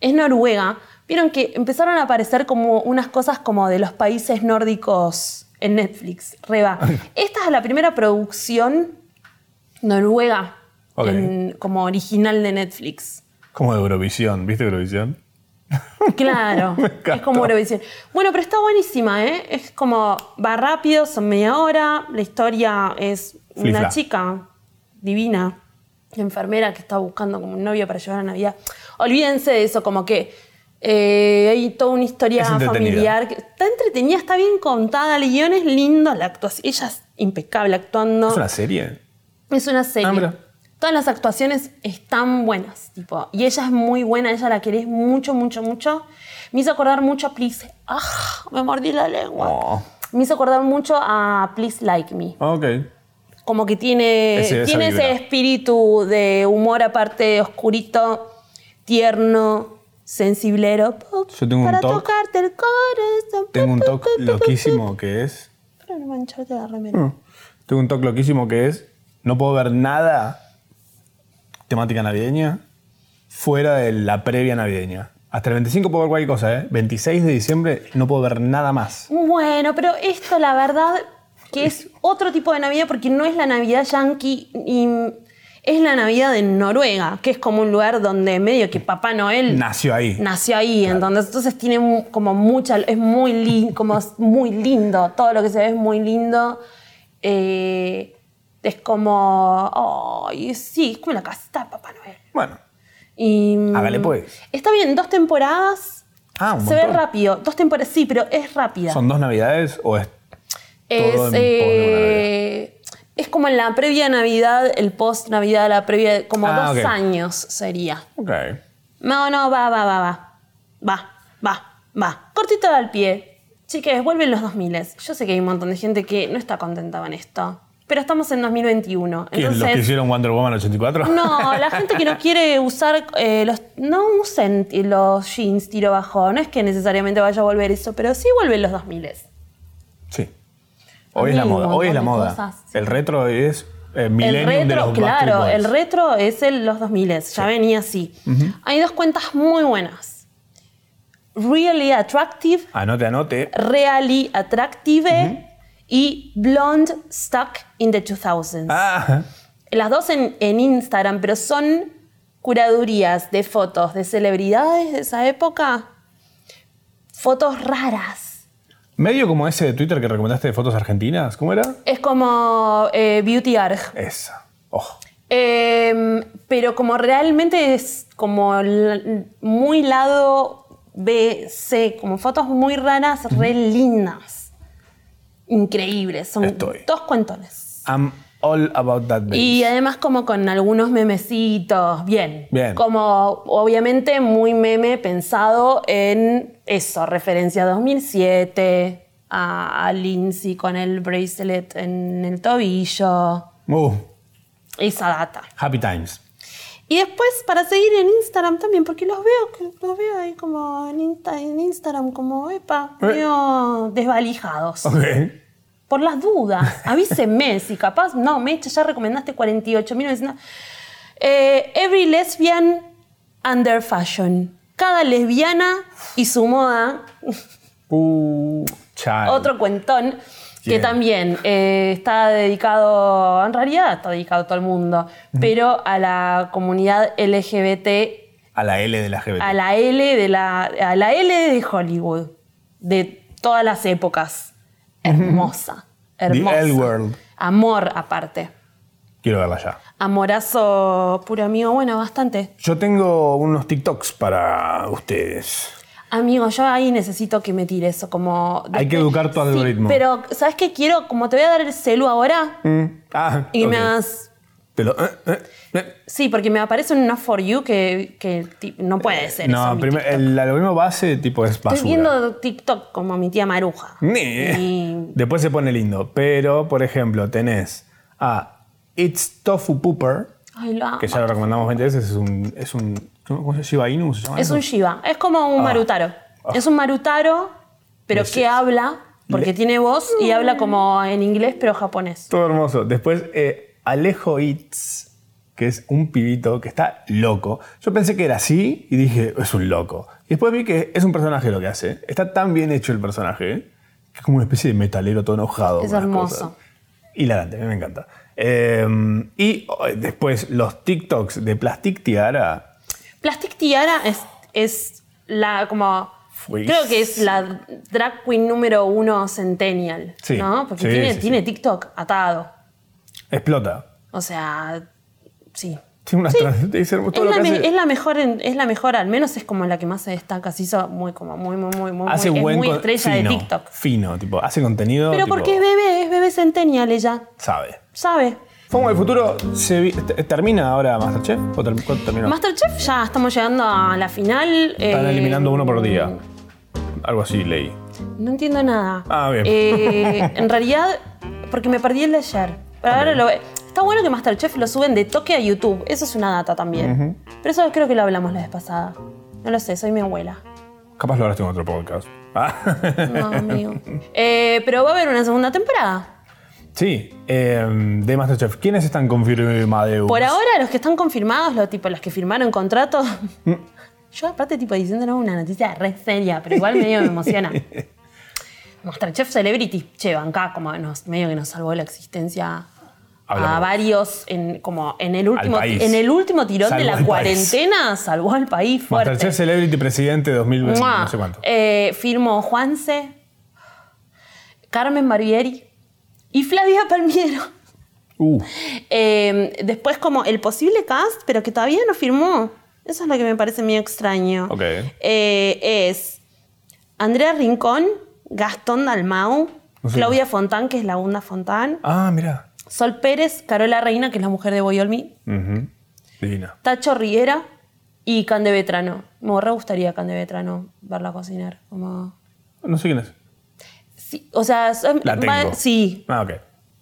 S2: Es Noruega. Vieron que empezaron a aparecer como unas cosas como de los países nórdicos en Netflix. Reba. Esta es la primera producción noruega
S1: Ok.
S2: en- como original de Netflix.
S1: Como de Eurovisión. ¿Viste Eurovisión?
S2: Claro,
S1: Me
S2: es
S1: encantó.
S2: como Eurovisión. Bueno, pero está buenísima, ¿eh? Es como, va rápido, son media hora, la historia es una
S1: Flifla.
S2: chica divina, enfermera que está buscando como un novio para llevar a Navidad. Olvídense de eso, como que eh, hay toda una historia
S1: Es entretenida.
S2: familiar. que- Está entretenida, está bien contada, el guión es lindo, la actuación, ella es impecable actuando.
S1: ¿Es una serie?
S2: Es una serie.
S1: Ah, mira.
S2: Todas las actuaciones están buenas, tipo. Y ella es muy buena, ella la querés mucho, mucho, mucho. Me hizo acordar mucho a Please. ¡Ah! Me mordí la lengua.
S1: Oh.
S2: Me hizo acordar mucho a Please Like Me.
S1: Ah, Ok.
S2: Como que tiene
S1: Ese-
S2: ese,
S1: esa
S2: tiene ese
S1: vibra.
S2: espíritu de humor aparte oscurito, tierno, sensiblero.
S1: Yo tengo un
S2: Para
S1: toc.
S2: tocarte el corazón.
S1: Tengo un toque loquísimo que es
S2: Para no mancharte la remera.
S1: Mm. Tengo un toque loquísimo que es, no puedo ver nada temática navideña fuera de la previa navideña. Hasta el 25 puedo ver cualquier cosa, ¿eh? 26 de diciembre no puedo ver nada más.
S2: Bueno, pero esto la verdad que es otro tipo de Navidad porque no es la Navidad yankee. Y es la Navidad en Noruega, que es como un lugar donde medio que Papá Noel
S1: Nació ahí.
S2: nació ahí, entonces, entonces tiene mu- como mucha, es muy, lin- como es muy lindo, todo lo que se ve es muy lindo. Eh, es como, ay, sí, es como la casita de Papá Noel.
S1: Bueno.
S2: Y, mm,
S1: Hágale, pues.
S2: Está bien, dos temporadas.
S1: Ah, un
S2: se ve
S1: montón.
S2: rápido. Dos temporadas, sí, pero es rápida.
S1: ¿Son dos navidades o es
S2: es,
S1: todo en pos de una
S2: eh, es como en la previa de Navidad, el post Navidad, la previa, como
S1: Ah,
S2: dos
S1: ok.
S2: años sería.
S1: Ok.
S2: No, no, va, va, va, va. Va, va, va. Cortito al pie. Chiques, vuelven los 2000. Yo sé que hay un montón de gente que no está contenta con esto. Pero estamos en 2021.
S1: ¿Quién? ¿Los que hicieron Wonder Woman 84?
S2: No, la gente que no quiere usar eh, los. No usen ti- los jeans tiro bajo. No es que necesariamente vaya a volver eso, pero sí vuelven los 2000.
S1: Sí. Hoy es la
S2: Hay un
S1: moda. Hoy es la
S2: montón de
S1: moda.
S2: cosas, sí.
S1: El retro es eh,
S2: El
S1: Millennium de
S2: retro,
S1: los
S2: claro,
S1: Backstreet
S2: el
S1: Boys.
S2: retro es el, los 2000, ya venía así. Hay dos cuentas muy buenas: Really Attractive,
S1: Anote, anote.
S2: Really Attractive y Blonde Stuck in the 2000s.
S1: Ah,
S2: Las dos en, en Instagram, pero son curadurías de fotos de celebridades de esa época. Fotos raras.
S1: medio como ese de Twitter que recomendaste de fotos argentinas. ¿Cómo era?
S2: Es como eh, Beauty Arg.
S1: Esa. Oh.
S2: Eh, pero como realmente es como l- muy lado B, C, como fotos muy raras, re lindas. Increíbles. Son
S1: Estoy.
S2: dos cuentones.
S1: I'm all about that baby.
S2: Y además como con algunos memecitos, bien.
S1: Bien.
S2: Como obviamente muy meme pensado en eso, referencia a 2007, a, a Lindsay con el bracelet en el tobillo,
S1: Uh,
S2: esa data.
S1: happy times.
S2: Y después para seguir en Instagram también, porque los veo, que- los veo ahí como en, Insta- en Instagram, como, epa,
S1: Eh.
S2: medio desvalijados.
S1: Ok.
S2: Por las dudas, avísenme si capaz. No, Mecha, ya recomendaste 48.000. Eh, every lesbian under fashion. Cada lesbiana y su moda.
S1: Uh, child.
S2: Otro cuentón que
S1: Bien.
S2: también eh, está dedicado, en realidad está dedicado a todo el mundo, pero a la comunidad LGBT,
S1: A la L de la LGBT.
S2: a la L de, la, a la L de Hollywood, de todas las épocas. Hermosa, hermosa.
S1: The L world.
S2: Amor aparte.
S1: Quiero verla ya.
S2: Amorazo puro amigo, bueno, bastante.
S1: Yo tengo unos TikToks para ustedes.
S2: Amigo, yo ahí necesito que me tire eso, como...
S1: Hay que educar tu
S2: Sí,
S1: algoritmo.
S2: pero, ¿sabes qué quiero? Como te voy a dar el celu ahora
S1: Mm, Ah,
S2: y me
S1: ok.
S2: das...
S1: Te lo- eh, eh, eh.
S2: Sí, porque me aparece una for you que, que ti- no puede ser eso,
S1: Eh, No,
S2: mi
S1: primer-
S2: TikTok.
S1: el algoritmo base tipo es basura. Mm.
S2: Estoy viendo TikTok como mi tía Maruja.
S1: Ni.
S2: Y-
S1: Después se pone lindo. Pero, por ejemplo, tenés a It's Tofu Pooper,
S2: Ay, lo amo.
S1: que ya lo recomendamos 20 veces. Es un. Es un ¿Cómo cómo se llama? ¿Shiba Inu se llama?
S2: Es
S1: eso?
S2: un Shiva, es como
S1: Ah.
S2: un Marutaro. Es un Marutaro, pero que habla, porque
S1: Le-
S2: tiene voz y habla como en inglés, pero japonés.
S1: Todo hermoso. Después, eh, Alejo Itz, que es un pibito que está loco. Yo pensé que era así y dije, es un loco. Y después vi que es un personaje lo que hace. Está tan bien hecho el personaje que es como una especie de metalero todo enojado.
S2: Es
S1: con las
S2: hermoso.
S1: cosas. Hilarante, a mí me encanta. Eh, y oh, después, los TikToks de Plastic Tiara.
S2: Plastic Tiara es, es la como.
S1: Fue-
S2: Creo que es la drag queen número uno centennial.
S1: Sí,
S2: ¿No? Porque
S1: sí,
S2: tiene,
S1: sí,
S2: tiene
S1: sí.
S2: TikTok atado.
S1: Explota.
S2: O sea. Sí.
S1: Tiene unas trans- es hermoso, todo
S2: Es
S1: lo
S2: la,
S1: que
S2: me-
S1: hace.
S2: es la mejor, en- es la mejor, al menos es como la que más se destaca. Se hizo muy, como muy, muy, muy, muy.
S1: hace
S2: muy- es
S1: buen
S2: muy
S1: con-
S2: estrella
S1: fino,
S2: de TikTok.
S1: Fino, tipo, hace contenido.
S2: Pero
S1: tipo,
S2: porque es bebé, es bebé centennial ella.
S1: Sabe.
S2: Sabe.
S1: Fomo del futuro se vi- te- termina ahora Masterchef o ter- cuándo terminó?
S2: Masterchef ya estamos llegando a la final.
S1: Están
S2: eh,
S1: eliminando uno por día. Algo así leí.
S2: No entiendo nada.
S1: Ah, bien.
S2: Eh, en realidad, porque me perdí el de ayer. Pero ahora lo ve- Está bueno que Masterchef lo suben de toque a YouTube. Eso es una data también. Pero eso creo que lo hablamos la vez pasada. No lo sé, soy mi abuela.
S1: Capaz lo hablaste en otro podcast. Ah,
S2: No, amigo. Eh, pero va a haber una segunda temporada.
S1: sí, eh, de Masterchef. ¿Quiénes están confirmados?
S2: Por ahora, los que están confirmados, los, tipo, los que firmaron contrato.
S1: Mm.
S2: Yo, aparte, tipo, diciéndonos una noticia re seria, pero igual medio me emociona. Masterchef Celebrity, che, acá como nos, medio que nos salvó la existencia
S1: Hablamos.
S2: a varios en, como en el último,
S1: país.
S2: en el último tirón
S1: Salvó
S2: de la
S1: al país.
S2: cuarentena, salvó al país fuerte.
S1: Masterchef Celebrity Presidente 2020,
S2: Mua.
S1: no sé cuánto.
S2: Eh, firmó Juanse, Carmen Barbieri y Flavia Palmiero.
S1: Uh,
S2: Eh, después como el posible cast, pero que todavía no firmó. Eso es lo que me parece muy extraño.
S1: Ok.
S2: Eh, es Andrea Rincón, Gastón Dalmau,
S1: No sé.
S2: Claudia Fontán, que es la Bunda Fontán,
S1: Ah, mira.
S2: Sol Pérez, Carola Reina, que es la mujer de Boyolmi,
S1: Ujú. Divina.
S2: Tacho Riera y Cande Vetrano. Me re gustaría Cande Vetrano verla cocinar. Como...
S1: No sé quién es.
S2: Sí, o sea, son-
S1: La tengo.
S2: va- sí,
S1: Ah, ok.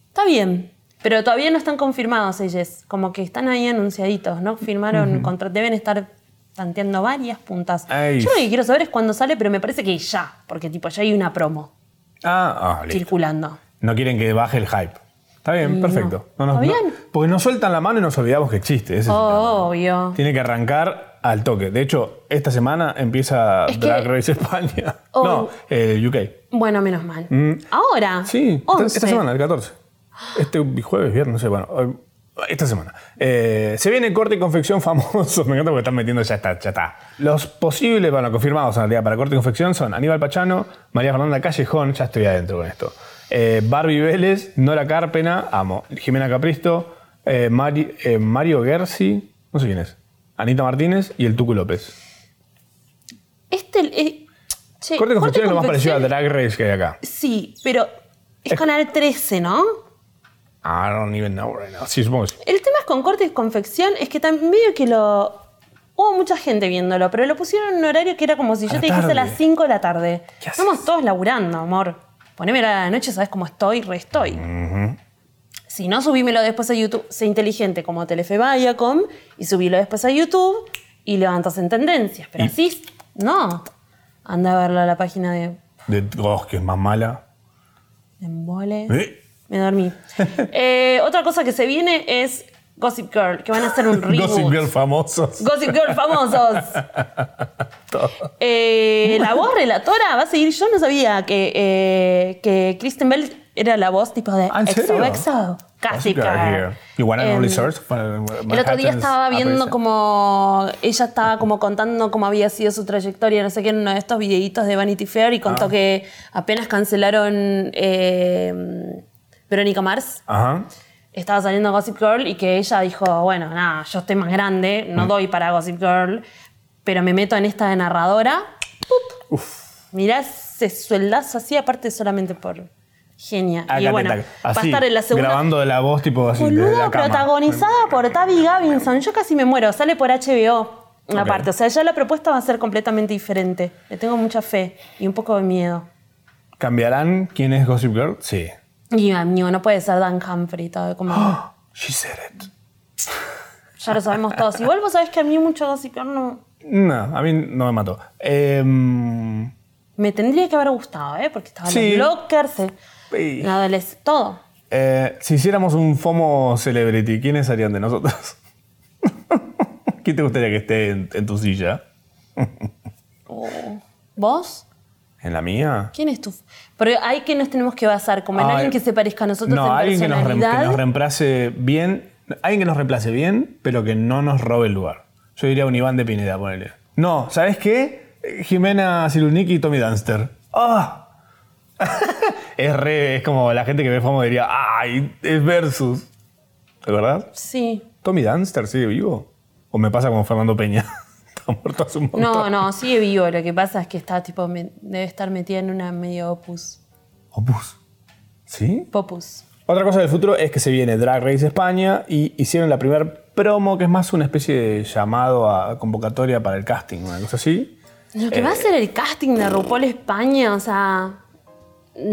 S2: está bien. Pero todavía no están confirmados ellos. Como que están ahí anunciaditos, ¿no? Firmaron contra- Deben estar tanteando varias puntas.
S1: Ay.
S2: Yo lo que quiero saber es cuándo sale, pero me parece que ya. Porque, tipo, ya hay una promo
S1: Ah, ah, listo.
S2: circulando.
S1: No quieren que baje el hype. Está bien, perfecto. No, nos-
S2: Está
S1: no-
S2: bien. Oh.
S1: porque nos sueltan la mano y nos olvidamos que existe. ese es el
S2: Obvio.
S1: tema. Tiene que arrancar al toque. De hecho, esta semana empieza
S2: Es que-
S1: Drag Race España.
S2: Oh.
S1: No, eh, UK.
S2: Bueno, menos mal. Ahora.
S1: Mm. Sí, esta,
S2: 11.
S1: esta semana, el 14. Este jueves, viernes, no sé, bueno. hoy- Esta semana. Eh, se viene corte y confección famosos. Me encanta porque están metiendo ya está, ya está. Los posibles, bueno, confirmados en realidad para corte y confección son Aníbal Pachano, María Fernanda Callejón, ya estoy adentro con esto. eh, Barbie Vélez, Nora Carpena, amo. Jimena Capristo, eh, Mari- eh, Mario Gersi, no sé quién es. Anita Martínez y el Tucu López.
S2: Este. eh, che,
S1: Corte y confección es lo más parecido a
S2: confección-
S1: Drag Race que hay acá.
S2: Sí, pero es Canal 13, ¿no?
S1: I don't even know right now. Sí, supongo que sí.
S2: El tema es con corte y confección es que también medio que lo. Hubo mucha gente viéndolo, pero lo pusieron en un horario que era como si
S1: A
S2: yo
S1: la
S2: te dijese a
S1: tarde.
S2: las 5 de la tarde.
S1: ¿Qué haces?
S2: Estamos todos laburando, amor. Poneme a la noche, sabes cómo estoy, re estoy. Si no, subímelo después a YouTube. Sé inteligente como Telefe Viacom y subílo después a YouTube y levantas en tendencias. Pero
S1: Y-
S2: así, no. Anda a verla a la página de,
S1: De, oh, que es más mala.
S2: de Embole.
S1: ¿Eh?
S2: Me dormí. Eh, otra cosa que se viene es Gossip Girl, que van a hacer un reboot.
S1: Gossip Girl famosos.
S2: Gossip Girl famosos. Eh, la voz relatora va a seguir. Yo no sabía que, eh, que Kristen Bell era la voz tipo de
S1: Ah, ¿en serio?
S2: EXO EXO. Casi
S1: here. You wanna know
S2: Em,
S1: the source?
S2: el otro día estaba viendo
S1: como
S2: como ella estaba como contando cómo había sido su trayectoria, no sé qué, en uno de estos videitos de Vanity Fair y contó
S1: Ah.
S2: que apenas cancelaron eh, Verónica Mars,
S1: Ajá.
S2: estaba saliendo Gossip Girl y que ella dijo, bueno, nada, yo estoy más grande, no
S1: Mm.
S2: doy para Gossip Girl, pero me meto en esta de narradora. ¡pup! Mirá ese sueldazo así, aparte solamente por genia.
S1: Acá
S2: y
S1: te
S2: bueno,
S1: tac.
S2: va a
S1: Así,
S2: estar en la segunda...
S1: Grabando de la voz, tipo así. desde
S2: Boludo,
S1: la cama.
S2: protagonizada por Tavi Gavinson. Yo casi me muero. Sale por HBO.
S1: Ok.
S2: Aparte, o sea, ya la propuesta va a ser completamente diferente. Le tengo mucha fe y un poco de miedo.
S1: ¿Cambiarán quién es Gossip Girl? Sí.
S2: Y amigo, no puede ser Dan Humphrey, todo como.
S1: She said it.
S2: ya lo sabemos todos. Igual vos sabés que a mí mucho Gossip Girl no.
S1: No, a mí no me mató. Em,
S2: Me tendría que haber gustado, ¿eh? Porque estaban
S1: Sí.
S2: los Lockers, eh,
S1: Sí.
S2: la adolesc- todo.
S1: eh, si hiciéramos un FOMO Celebrity, ¿quiénes serían de nosotros? ¿Quién te gustaría que esté en, en tu silla?
S2: Oh. ¿Vos?
S1: ¿En la mía?
S2: ¿Quién es tu.? Pero hay que nos tenemos que basar, como en
S1: Ay.
S2: alguien que se parezca a nosotros
S1: Ah, No,
S2: en
S1: alguien que nos, rem-
S2: personalidad.
S1: que nos reemplace bien. Alguien que nos reemplace bien, pero que no nos robe el lugar. Yo diría un Iván de Pineda, ponele. No, ¿sabes qué? Eh, Jimena Silunic y Tommy Dunster. ¡Ah! es re, es como la gente que ve famoso diría, ¡ay! Es versus. ¿De verdad?
S2: Sí.
S1: ¿Tommy Dunster sigue vivo? ¿O me pasa como Fernando Peña? Está muerto hace un montón.
S2: No, no, sigue vivo. Lo que pasa es que está tipo me- debe estar metida en una medio opus.
S1: Opus. ¿Sí?
S2: Popus.
S1: Otra cosa del futuro es que se viene Drag Race España y hicieron la primera promo, que es más una especie de llamado a convocatoria para el casting, una cosa así.
S2: Lo que va a ser el casting de RuPaul España, o sea,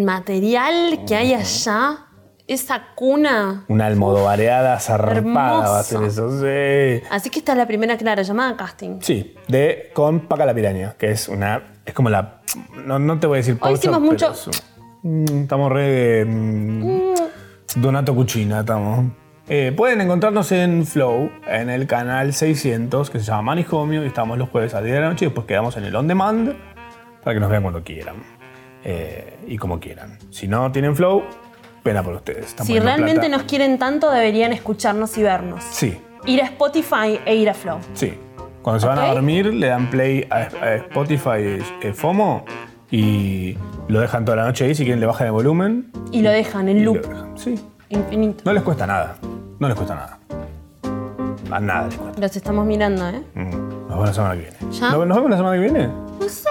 S2: material que hay allá, esa cuna.
S1: Una almodovareada zarpada va a ser
S2: hermoso.
S1: eso, sí.
S2: Así que esta es la primera, claro, llamada casting.
S1: Sí, de con Paca la Piraña, que es una. Es como la. No, no te voy a decir pocho,
S2: hicimos
S1: pero
S2: mucho-
S1: es un- mm, estamos re. de, mm, Donato Cucina, estamos. Eh, pueden encontrarnos en Flow, en el canal 600, que se llama Manijomio, y estamos los jueves a 10 de la noche y después quedamos en el On Demand para que nos vean cuando quieran eh, y como quieran. Si no tienen Flow, Pena por ustedes. están
S2: Si
S1: poniendo
S2: realmente
S1: plata.
S2: nos quieren tanto, deberían escucharnos y vernos.
S1: Sí,
S2: Ir a Spotify e ir a Flow.
S1: sí. Cuando se van a
S2: Ok.
S1: dormir, le dan play a, a Spotify eh, FOMO y lo dejan toda la noche ahí. Si quieren, le bajan el volumen.
S2: Y lo dejan
S1: y
S2: en
S1: lo
S2: loop
S1: dejan. Sí.
S2: infinito.
S1: No les cuesta nada. No les cuesta nada. A nada les cuesta.
S2: Los estamos mirando, ¿eh?
S1: Mm. Nos vemos la semana que viene.
S2: ¿Ya?
S1: ¿No- ¿Nos vemos la semana que viene?
S2: No sé.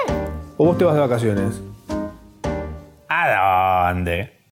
S1: ¿O vos te vas de vacaciones? ¿A dónde?